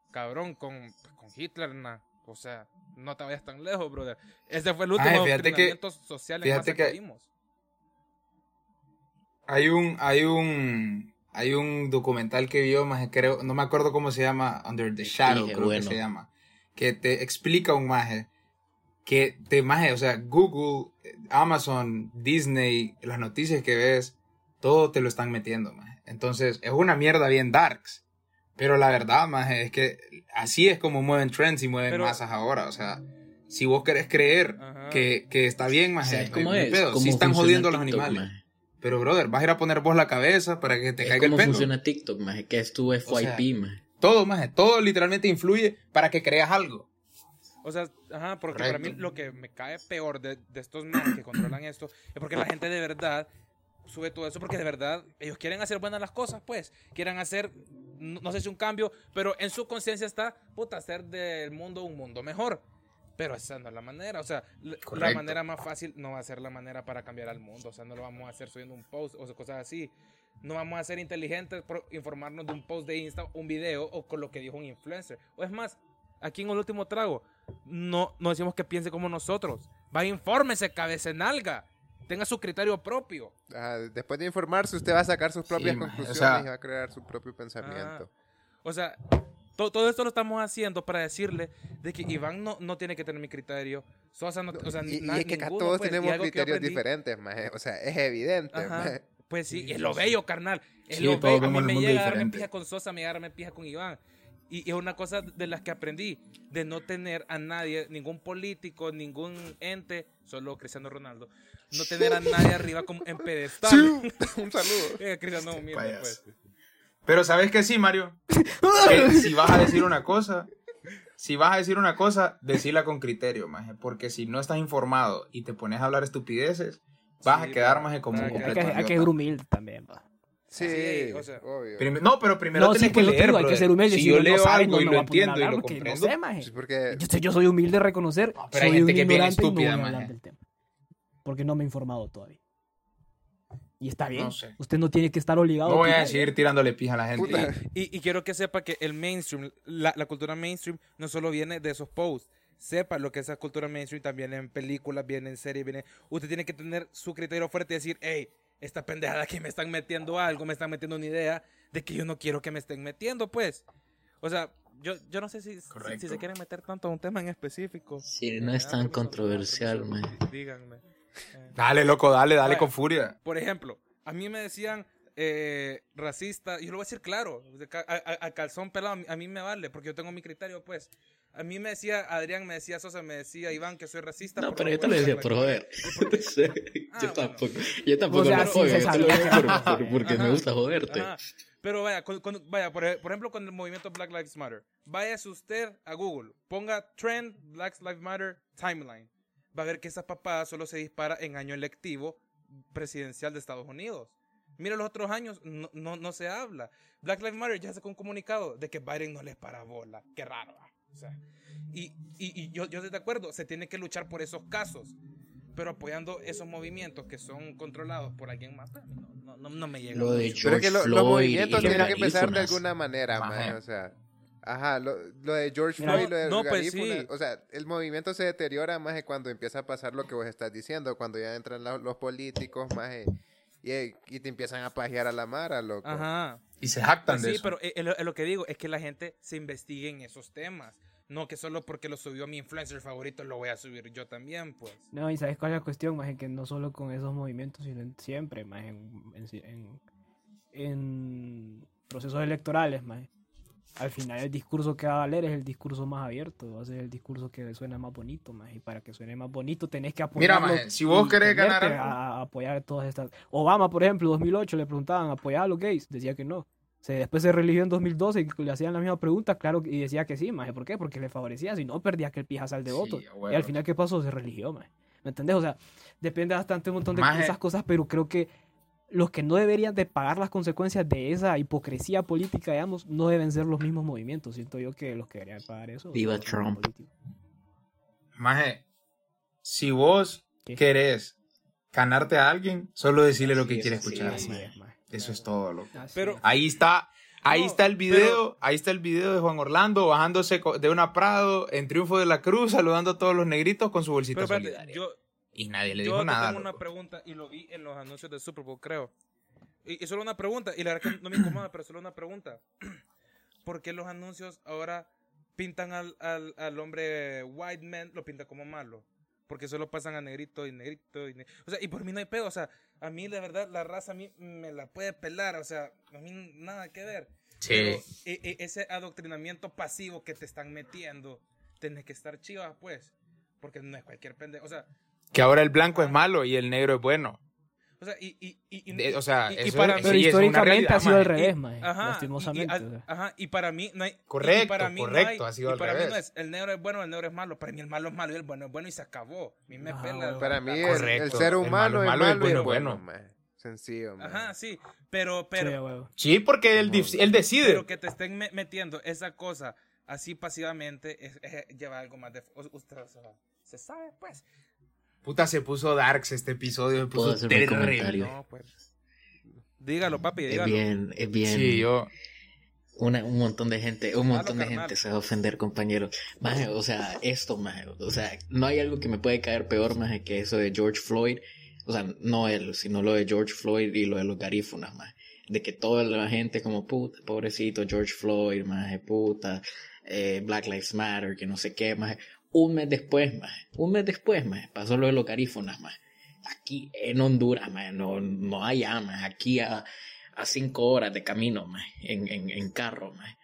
C: Cabrón, con, pues, con Hitler, na. O sea, no te vayas tan lejos, brother. Ese fue el último
E: Ay, fíjate que-
C: adoctrinamiento social en
E: fíjate
C: masa que,
E: que-
C: vimos.
E: Hay un, hay un, hay un documental que vio, más creo, no me acuerdo cómo se llama, Under the Shadow,
D: Dije,
E: creo
D: bueno.
E: que se llama, que te explica un maje, que te maje, o sea, Google, eh, Amazon, Disney, las noticias que ves, todo te lo están metiendo, maje. Entonces, es una mierda bien darks. Pero la verdad, maje, es que así es como mueven trends y mueven
C: Pero-
E: masas ahora, o sea, si vos querés creer
C: Ajá.
E: que, que está bien, maje,
D: ¿Sabes
E: no
D: cómo
E: hay
D: es?
E: eh, pedo,
D: ¿Cómo
E: sí están
D: funciona
E: jodiendo a los
D: TikTok,
E: animales.
D: maje?
E: Pero, brother, vas a ir a poner vos la cabeza para que te
D: Es
E: caiga el
D: como
E: pelo.
D: funciona TikTok, maje, que es tu FYP, maje.
E: Todo, maje, todo literalmente influye para que creas algo.
C: O sea, ajá, porque para mí
E: Correcto.
C: lo que me cae peor de, de estos manes que controlan esto es porque la gente de verdad sube todo eso porque de verdad ellos quieren hacer buenas las cosas, pues. Quieren hacer, no, no sé si un cambio, pero en su conciencia está, puta, hacer del mundo un mundo mejor. Pero esa no es la manera, o sea, l- la
E: Correcto.
C: manera más fácil no va a ser la manera para cambiar al mundo, o sea, no lo vamos a hacer subiendo un post o cosas así. No vamos a ser inteligentes por informarnos de un post de Insta, un video o con lo que dijo un influencer. O es más, aquí en el último trago, no, no decimos que piense como nosotros. Va, infórmese, cabecenalga. Tenga su criterio propio.
F: Ajá, después de informarse, usted va a sacar sus propias
E: maje, o
F: conclusiones
E: sea-
F: y va a crear su propio pensamiento.
C: Ah, O sea, to- todo esto lo estamos haciendo para decirle de que Iván no, no tiene que tener mi criterio. Sosa no, o sea,
F: y, y
C: na-
F: es que acá
C: ninguno,
F: todos
C: pues. Y
F: tenemos
C: algo que yo
F: criterios
C: aprendí-
F: diferentes, maje. O sea, es evidente,
C: Ajá.
F: maje.
C: Pues sí, y es lo bello, carnal. Es
E: Sí,
C: lo
E: todos
C: bello. A mí
E: vemos el
C: me
E: mundo
C: llega a darme
E: diferente.
C: pija con Sosa, me llega a darme pija con Iván. Y es una cosa de las que aprendí, de no tener a nadie, ningún político, ningún ente, solo Cristiano Ronaldo, no tener a nadie arriba como en pedestal.
F: Un saludo.
C: Eh, Cristiano, mira,
E: Payaso.
C: pues.
E: Pero sabes que sí, Mario. Que si vas a decir una cosa, si vas a decir una cosa, decila con criterio, maje. Porque si no estás informado y te pones a hablar estupideces, vas
C: Sí,
E: a quedar,
C: maje.
E: maje, como un
C: Hay que-
G: Hay Ah, que,
E: completo
G: hay que ser
E: idiota.
G: humilde también, va.
F: Sí,
C: Sí, o sea,
F: obvio.
E: Prim- no, pero primero
G: No, sí,
E: tienes que
G: pues, yo te
E: leer,
G: digo, hay
E: brother.
G: que ser humilde.
E: Si
G: uno
E: yo
G: no
E: leo
G: sabe,
E: algo
G: no
E: y
G: me
E: lo
G: voy a poner a
E: entiendo y
G: hablar
E: lo
G: porque yo
E: comprendo, pues,
G: No sé, maje.
F: Sí, porque
G: Yo, soy, yo soy humilde, reconocer.
E: No, pero hay
G: soy
E: gente
G: un
E: que es bien
G: ignorante y no voy a
E: estúpida,
G: hablar
E: maje.
G: del tema, porque no me he informado todavía. Y está bien.
E: No sé.
G: Usted no tiene que estar obligado.
E: no voy a
G: opinar.
E: seguir tirándole pija a la gente.
F: Puta.
C: Y, y quiero que sepa que el mainstream, la, la cultura mainstream, no solo viene de esos posts. Sepa lo que esa cultura mainstream también viene en películas, viene en series, viene. Usted tiene que tener su criterio fuerte y decir, hey, esta pendejada que me están metiendo algo, me están metiendo una idea de que yo no quiero que me estén metiendo, pues. O sea, yo, yo no sé si, si- si,
E: Correcto.
C: se quieren meter tanto a un tema en específico.
D: Sí, no es
C: Ya,
D: tan
C: porque son-
D: controversial, maje.
C: Díganme. Eh.
E: Dale, loco, dale, dale
C: Vaya.
E: con furia.
C: Por ejemplo, a mí me decían, eh, racista, yo lo voy a decir claro, de ca- a, a- a calzón pelado, a mí- a mí me vale, porque yo tengo mi criterio, pues. A mí me decía Adrián, me decía Sosa, me decía Iván que soy racista.
D: No,
C: por
D: pero
C: lo
D: yo te lo
C: cual-
D: decía por joder.
C: Ah,
D: yo
C: bueno.
D: tampoco, yo tampoco
G: O sea,
D: lo
G: sí,
D: odio,
G: se
D: yo te lo
G: sabía
D: digo
G: que-
D: por- por- porque me
C: Ajá.
D: gusta joderte.
C: Ajá. Pero vaya, con- con- vaya por, ej- por ejemplo, con el movimiento Black Lives Matter. Váyase usted a Google, ponga Trend Black Lives Matter Timeline. Va a ver que esa papada solo se dispara en año electivo presidencial de Estados Unidos. Mira los otros años, no, no, no se habla. Black Lives Matter ya sacó un comunicado de que Biden no les para bola. Qué raro. ¿va? O sea, y y- y yo, yo estoy de acuerdo, se tiene que luchar por esos casos. Pero apoyando esos movimientos que son controlados por alguien más, a mí no, no, no- no me llega.
D: Lo de
C: mucho.
F: Pero es que lo-
D: George
F: los
D: Floyd
F: movimientos
D: y los
F: tienen que empezar de
D: garífunas.
F: alguna manera,
E: Ajá.
F: maje, o sea. Ajá, lo, lo de George
G: Mira,
F: Floyd, lo de
C: no,
F: los
C: pues
F: garífunas,
C: sí.
F: o sea, el movimiento se deteriora más de cuando empieza a pasar lo que vos estás diciendo, cuando ya entran la- los políticos más y, eh, y te empiezan a pajear a la mara, loco.
C: Ajá.
E: Y se jactan
C: Pues
E: de
C: sí,
E: eso.
C: pero eh, eh, lo, eh, lo que digo es que la gente se investigue en esos temas. No que solo porque lo subió mi influencer favorito lo voy a subir yo también, pues.
G: No, y sabes cuál es la cuestión, más que no solo con esos movimientos, sino en- siempre, más en, en, en- en procesos electorales, más. Al final el discurso que va a valer es el discurso más abierto, va a ser el discurso que suena más bonito, más. Y para que suene más bonito tenés que apoyar.
E: Mira, maje, si vos querés ganar algo-
G: A, a apoyar todas estas... Obama, por ejemplo, 2008 le preguntaban, ¿apoyaba a los gays? Decía que no. Se, después se religió en 2012 y le hacían la misma pregunta, claro, y decía que sí, maje. ¿Por qué? Porque le favorecía, si no perdía aquel pijazal de
E: Sí,
G: votos.
E: a huevo.
G: Y al final, ¿qué pasó? Se religió, maje. ¿Me entendés? O sea, depende bastante un montón de
E: Maje.
G: esas cosas, pero creo que los que no deberían de pagar las consecuencias de esa hipocresía política, digamos, no deben ser los mismos movimientos. Siento yo que los que deberían pagar eso.
D: Viva
G: son los
D: Trump.
G: políticos.
E: Maje, si vos
G: ¿Qué?
E: querés ganarte a alguien, solo decirle lo
D: Así
E: que
D: es,
E: quiere
D: así
E: escuchar.
G: Así
E: maje.
G: es, maje.
E: Eso es todo, loco.
G: Así
C: Pero-
G: es.
E: Ahí está. Ahí
C: No,
E: está el video, ahí está el video de Juan Orlando bajándose co- de una Prado en Triunfo de la Cruz, saludando a todos los negritos con su
C: Pero
E: bolsita
C: espérate,
E: solidaria.
C: yo,
E: y nadie le
C: yo
E: dijo
C: te
E: nada.
C: tengo una
E: loco.
C: pregunta y lo vi en los anuncios del Super Bowl, creo. Y, y solo una pregunta, y la verdad que no me incomoda, pero solo una pregunta. ¿Por qué los anuncios ahora pintan al, al, al hombre white man, lo pintan como malo? Porque solo pasan a negrito y negrito y ne- O sea, y por mí no hay pedo, o sea, a mí la verdad la raza a mí me la puede pelar, o sea, a mí nada que ver. Pero,
E: Sí.
C: e- e- ese adoctrinamiento pasivo que te están metiendo, tenés que estar chivas, pues. Porque no es cualquier pendejo. O sea,
E: Que ahora el blanco es malo y el negro es bueno.
C: o sea, y, y, y, y-
E: De- o sea,
C: y- y
E: eso
C: para-
E: es-
G: Pero
E: sí, es una
G: históricamente
E: realidad,
G: ha sido al
E: maje.
G: revés,
C: y-
G: maje,
C: ajá, y- y
G: lastimosamente.
C: al-
G: o sea.
C: ajá, y para mí no hay. y- y
E: Correcto,
C: para mí no
E: correcto,
C: hay-
E: ha sido
C: y
E: al
C: para mí no
E: revés.
C: es el negro es bueno, el negro es malo. Para mí el malo es malo y el bueno es bueno y se acabó. A mí me
G: Ajá,
C: pela.
G: bueno.
F: Para mí el- el,
E: Correcto.
F: ser
E: El
F: humano
E: malo es
F: es
E: malo y el
F: malo y
E: bueno
F: el
E: es
F: bueno,
E: bueno.
F: maje. Sencillo, maje.
C: Ajá, sí. Pero,
G: Sí, a
C: pero,
G: huevo.
E: Sí, porque él, dif- él decide.
C: pero que te estén me- metiendo esa cosa así pasivamente es, es- lleva algo más de. o- Usted, o sea, se sabe, pues.
E: Puta, se puso Darks este episodio. Se
D: ¿Puedo
E: puso
D: hacer un
E: terrible.
D: comentario?
C: No, pues. Dígalo, papi,
D: Es
C: dígalo.
D: bien, es bien.
E: Sí, yo.
D: Una- un montón de gente, un montón de
C: carnal.
D: gente se va a ofender, compañero. Maje, o sea, esto, maje, o sea, no hay algo que me puede caer peor, maje, que eso de George Floyd. O sea, no él, sino lo de George Floyd y lo de los garífunas, maje. De que toda la gente como, puta, pobrecito, George Floyd, maje, puta, eh, Black Lives Matter, que no sé qué, maje. Un mes después, maje, un mes después, maje, pasó lo de los garífunas, maje. Aquí en Honduras, maje, no, no hay amas, aquí a a cinco horas de camino, mae, en, en, en carro, mae.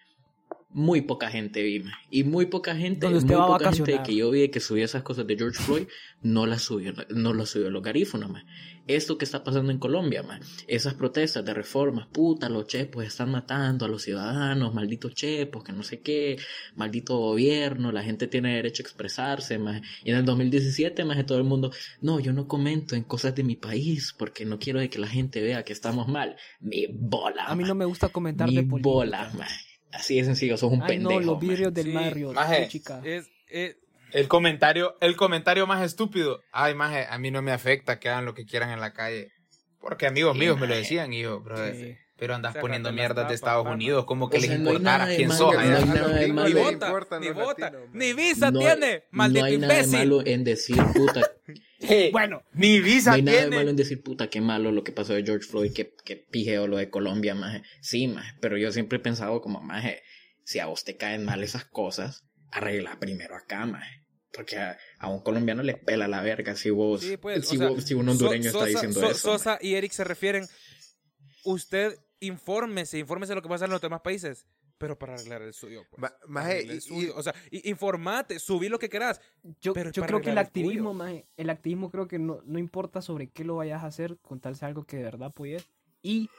D: Muy poca gente vi, mae. Y muy poca gente,
G: Donde usted
D: muy
G: va a
D: poca gente
G: vacacionar.
D: que yo vi que subía esas cosas de George Floyd, no las subió, no las subió los garífonos, mae. Esto que está pasando en Colombia, mae. Esas protestas de reformas, puta, los chepos están matando a los ciudadanos, malditos chepos, que no sé qué, maldito gobierno, la gente tiene derecho a expresarse, mae. Y en el 2017, mae, todo el mundo, no, yo no comento en cosas de mi país porque no quiero de que la gente vea que estamos mal. Mi bola.
G: A mí
D: mae.
G: no me gusta comentar
D: Mi
G: de política.
D: bola, man. Así de sencillo, sos un
G: Ay,
D: pendejo.
G: no, los
D: man.
G: vidrios del
C: Sí, eh,
G: Mario.
E: maje,
G: qué chica.
C: Es, es,
E: El comentario, el comentario más estúpido. Ay, maje, a mí no me afecta que hagan lo que quieran en la calle. Porque amigos
D: Sí,
E: míos me lo
D: maje.
E: decían y yo, brother,
G: Sí.
E: Pero andas
C: Sácate
E: poniendo
C: las
E: mierdas de
C: tapas,
E: Estados
C: pana.
E: Unidos, como que
D: O sea,
E: les
D: no hay
E: importara
D: nada de
E: quién
D: malo
E: sos.
D: que
E: allá.
D: no
F: A los
D: hay nada de
F: gringos
D: malo.
C: ni
F: les
D: le
C: vota,
F: importan
C: ni
F: los
C: vota,
F: latinos, maje.
C: ni visa
D: No-
C: tiene, maldito
D: no hay nada de
C: imbécil.
D: malo en decir, puta,
E: Hey,
G: Bueno,
E: Ni
D: no
E: visa
D: hay nada de malo
E: tiene.
D: en decir, puta, qué malo lo que pasó de George Floyd, que, que pijeo lo de Colombia, maje. Sí, maje, pero yo siempre he pensado como, maje, si a vos te caen mal esas cosas, arregla primero acá, maje. Porque a, a un colombiano le pela la verga si vos,
C: Sí, pues,
D: si,
C: o sea,
D: vos- si un hondureño
C: So- Sosa-
D: está diciendo
C: So-
D: eso.
C: Sosa y Eric se refieren. usted infórmese, infórmese de lo que pasa en los demás países, pero para arreglar el suyo. Pues.
F: Ma- maje,
C: Arregle el
F: y-
C: suyo.
F: y-
C: O sea, i- informate, subí lo que querás.
G: Yo,
C: Pero es
G: yo
C: para
G: creo que el
C: arreglar el tuyo.
G: activismo, maje, el activismo creo que no, no importa sobre qué lo vayas a hacer, con tal sea algo que de verdad apoyes y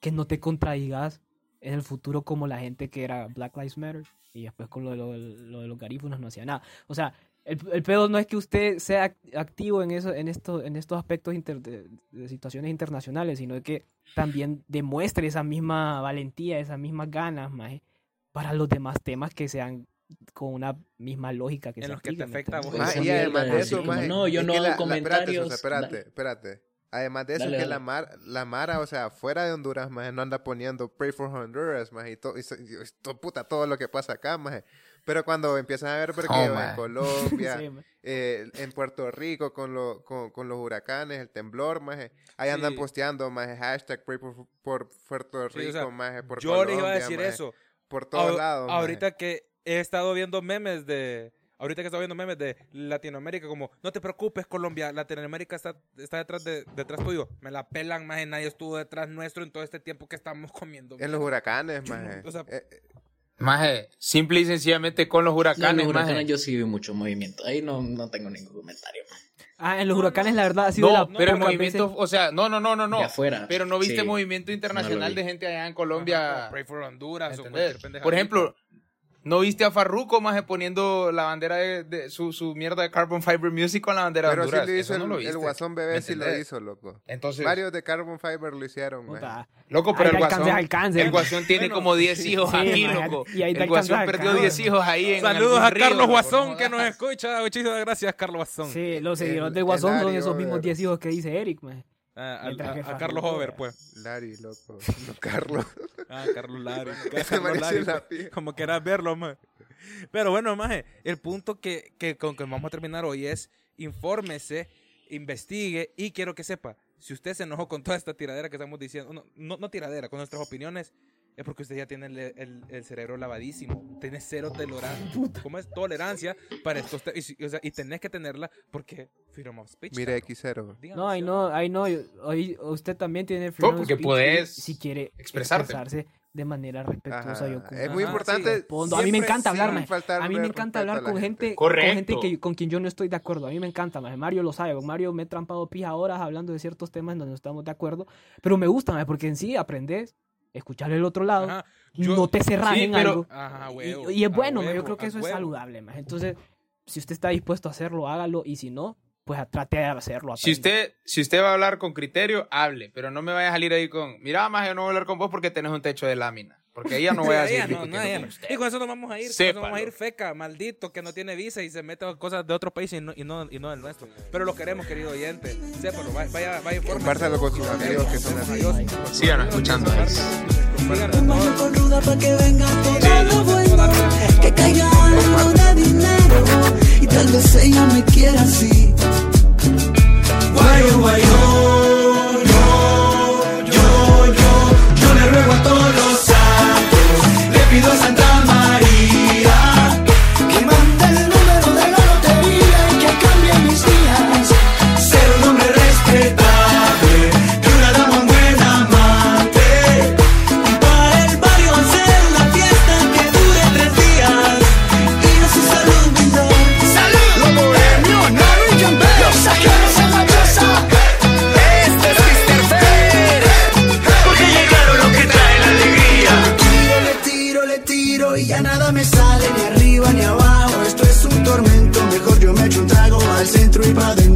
G: que no te contradigas en el futuro como la gente que era Black Lives Matter y después con lo de, lo- lo de los garífunos no hacía nada. O sea, el, el pedo no es que usted sea ac- activo en, eso, en, esto, en estos aspectos inter- de, de situaciones internacionales, sino que también demuestre esa misma valentía, esas mismas ganas, maje, para los demás temas que sean con una misma lógica que
C: En
G: se
C: los que te
G: aplican, ¿me
C: afecta a
G: entendés?
C: vos.
F: Ma,
D: Esa
F: y
D: mierda
F: además
D: de
F: de eso,
D: decir
F: maje,
D: como, no, yo
F: es
D: no
F: que
D: hago
F: la- la- espérate,
D: comentarios,
F: Sosa, espérate, espérate. Además de eso,
D: Dale,
F: que
D: dale.
F: La, mar, la Mara, o sea, fuera de Honduras, maje, no anda poniendo Pray for Honduras, maje, y, to- y so- y to- puta, todo lo que pasa acá, maje. Pero cuando empiezas a ver porque
E: Oh,
F: en
E: maje.
F: Colombia,
G: Sí, maje.
F: eh, en Puerto Rico con, lo- con, con los huracanes, el temblor, maje, ahí andan
C: Sí.
F: posteando, maje, hashtag Pray por, por Puerto
C: Sí,
F: Rico,
C: o sea,
F: maje, por
C: yo
F: Colombia,
C: les iba a decir
F: maje,
C: eso.
F: por todos
C: Ahor-
F: lados, maje.
C: Ahorita que he estado viendo memes de. Ahorita que he estado viendo memes de Latinoamérica, como, no te preocupes, Colombia, Latinoamérica está, está detrás de, detrás tuyo. Me la pelan más, nadie estuvo detrás nuestro en todo este tiempo que estamos comiendo.
F: en los huracanes, maje.
C: o sea,
F: Eh,
E: Maje, simple y sencillamente con los
D: No, en los
E: huracanes,
D: huracanes
E: maje.
D: yo sí vi mucho movimiento. Ahí no, no tengo ningún comentario.
G: Ah, en los huracanes, la verdad, ha sido
E: No,
G: la
E: pero el
G: pocas
E: movimiento,
G: veces-
E: o sea, no, no, no, no, no.
D: De afuera,
E: Pero no viste
D: sí.
E: movimiento
D: No
E: internacional
D: lo vi.
E: de gente allá en
C: Colombia.
E: Colombia.
C: Pray for Honduras o
E: ¿entendés?
C: cualquier pendeja.
E: Por ejemplo, ¿no viste a Farruko maje poniendo la bandera de, de- su, su mierda de Carbon Fiber Music con la bandera
F: Pero
E: de
F: sí
E: Honduras?
F: lo hizo
E: Eso
F: el,
E: no lo
F: el
E: viste.
F: Guasón Bebé,
E: ¿Me
F: sí lo
E: entendés?
F: hizo, loco.
E: Entonces,
F: Varios de Carbon Fiber lo hicieron, man.
G: Puta,
E: loco,
G: ahí
E: pero el
G: te alcanzas
E: Guasón,
G: al cáncer.
E: el Guasón tiene
C: Bueno,
E: como 10 hijos
G: sí,
E: aquí,
G: maje,
E: loco.
G: y ahí te
E: el Guasón
G: alcanzas al
E: perdió
G: cáncer.
E: 10 hijos ahí en
C: Saludos
E: algún
C: a
E: río,
C: Carlos
E: loco,
C: Guasón
E: no
C: que nos
E: jodas.
C: escucha. Muchísimas gracias, Carlos Guasón.
G: Sí, los
F: El-
G: seguidores
F: el
G: de Guasón son
F: Ari
G: esos mismos
F: Over.
G: 10 hijos que dice Eric, man.
C: Ah, al-
G: Mientras
C: a,
G: que
C: a
G: Farruko,
C: Carlos Over,
G: ya.
C: pues.
F: Larry, loco. No, Carlos.
C: Ah, Carlos Lari.
F: ese
C: Carlos
F: Mauricio
C: Lari,
F: Lapid.
C: pues, como quieras verlo, maje. Pero bueno, maje, el punto que, que con que vamos a terminar hoy es infórmese, investigue y quiero que sepa, si usted se enojó con toda esta tiradera que estamos diciendo, no, no, no tiradera, con nuestras opiniones, es porque usted ya tiene el, el- el cerebro lavadísimo, tiene cero tolerancia, ¿cómo es? Tolerancia para estos te- y, si- o sea, y tenés que tenerla porque freedom of speech.
F: Mira,
C: cabrón.
F: X0.
C: Dígame,
G: No, ahí
C: ¿sí?
G: no, ahí no. Hoy, usted también tiene el
E: No, porque podés
G: si quiere
E: expresarte.
G: expresarse de manera respetuosa. y
F: Ajá.
G: oculta.
F: Es muy
C: Ajá,
F: importante.
G: sí, respondo. A mí me
F: siempre
G: encanta hablar,
F: sin
G: maje.
F: faltarle
G: A mí me
F: respeto
G: encanta
F: a
G: hablar
F: la
G: con gente, con
E: Correcto.
G: gente que, con quien yo no estoy de acuerdo. A mí me encanta, maje. Mario lo sabe. con Mario me he trampado pija horas hablando de ciertos temas en donde no estamos de acuerdo. Pero me gusta, maje, porque en sí aprendes, escuchar el otro lado,
C: Ajá, yo-
G: no te cerras
C: sí,
G: en
C: pero-
G: algo.
C: Ajá,
G: ah, Y-
C: huevo,
G: y, es
C: a
G: bueno,
C: huevo,
G: yo creo que
C: a
G: eso es
C: huevo.
G: saludable. Más. Entonces, si usted está dispuesto a hacerlo, hágalo. Y si no, pues a- trate de hacerlo.
E: Si
G: aprenda.
E: usted, si usted va a hablar con criterio, hable, pero no me vaya a salir ahí con, mira, más yo no voy a hablar con vos porque tenés un techo de lámina. Porque ella no voy a
C: Sí,
E: seguir
C: ella no, no,
E: discutiendo
C: ella
E: con
C: no.
E: usted.
C: Y con eso nos vamos a ir. con eso nos vamos a ir feca, maldito, que no tiene visa y se mete a cosas de otro país y no, y no, y no del nuestro. Pero lo queremos, querido oyente. Sépalo, va- vaya, vaya, infórmese.
F: Compártalo con sus amigos que son así.
C: Adiós.
E: Sigan escuchando.
C: Díganos
A: Un baño
C: todo.
A: con ruda pa' que venga todo lo bueno Que caiga algo de dinero Y tal vez ella me quiera así Guayo, guayo, yo, yo, yo Yo le ruego a todos los santos Le pido a Santa María Que mande el número de la lotería Y que cambie mis días Ser un hombre respetable Que una dama un buen amante para el barrio hacer la fiesta que dure tres días y de su salud brindar. ¡Salud! Los bohemios, Naru y John Bell, los saqueros en la casa. Este es Mr. Fair, porque llegaron los que traen la alegría. Tiro, le tiro, le tiro y ya nada me sale, ni arriba ni abajo. Esto es un tormento, mejor yo me echo un trago al centro y pa' dentro.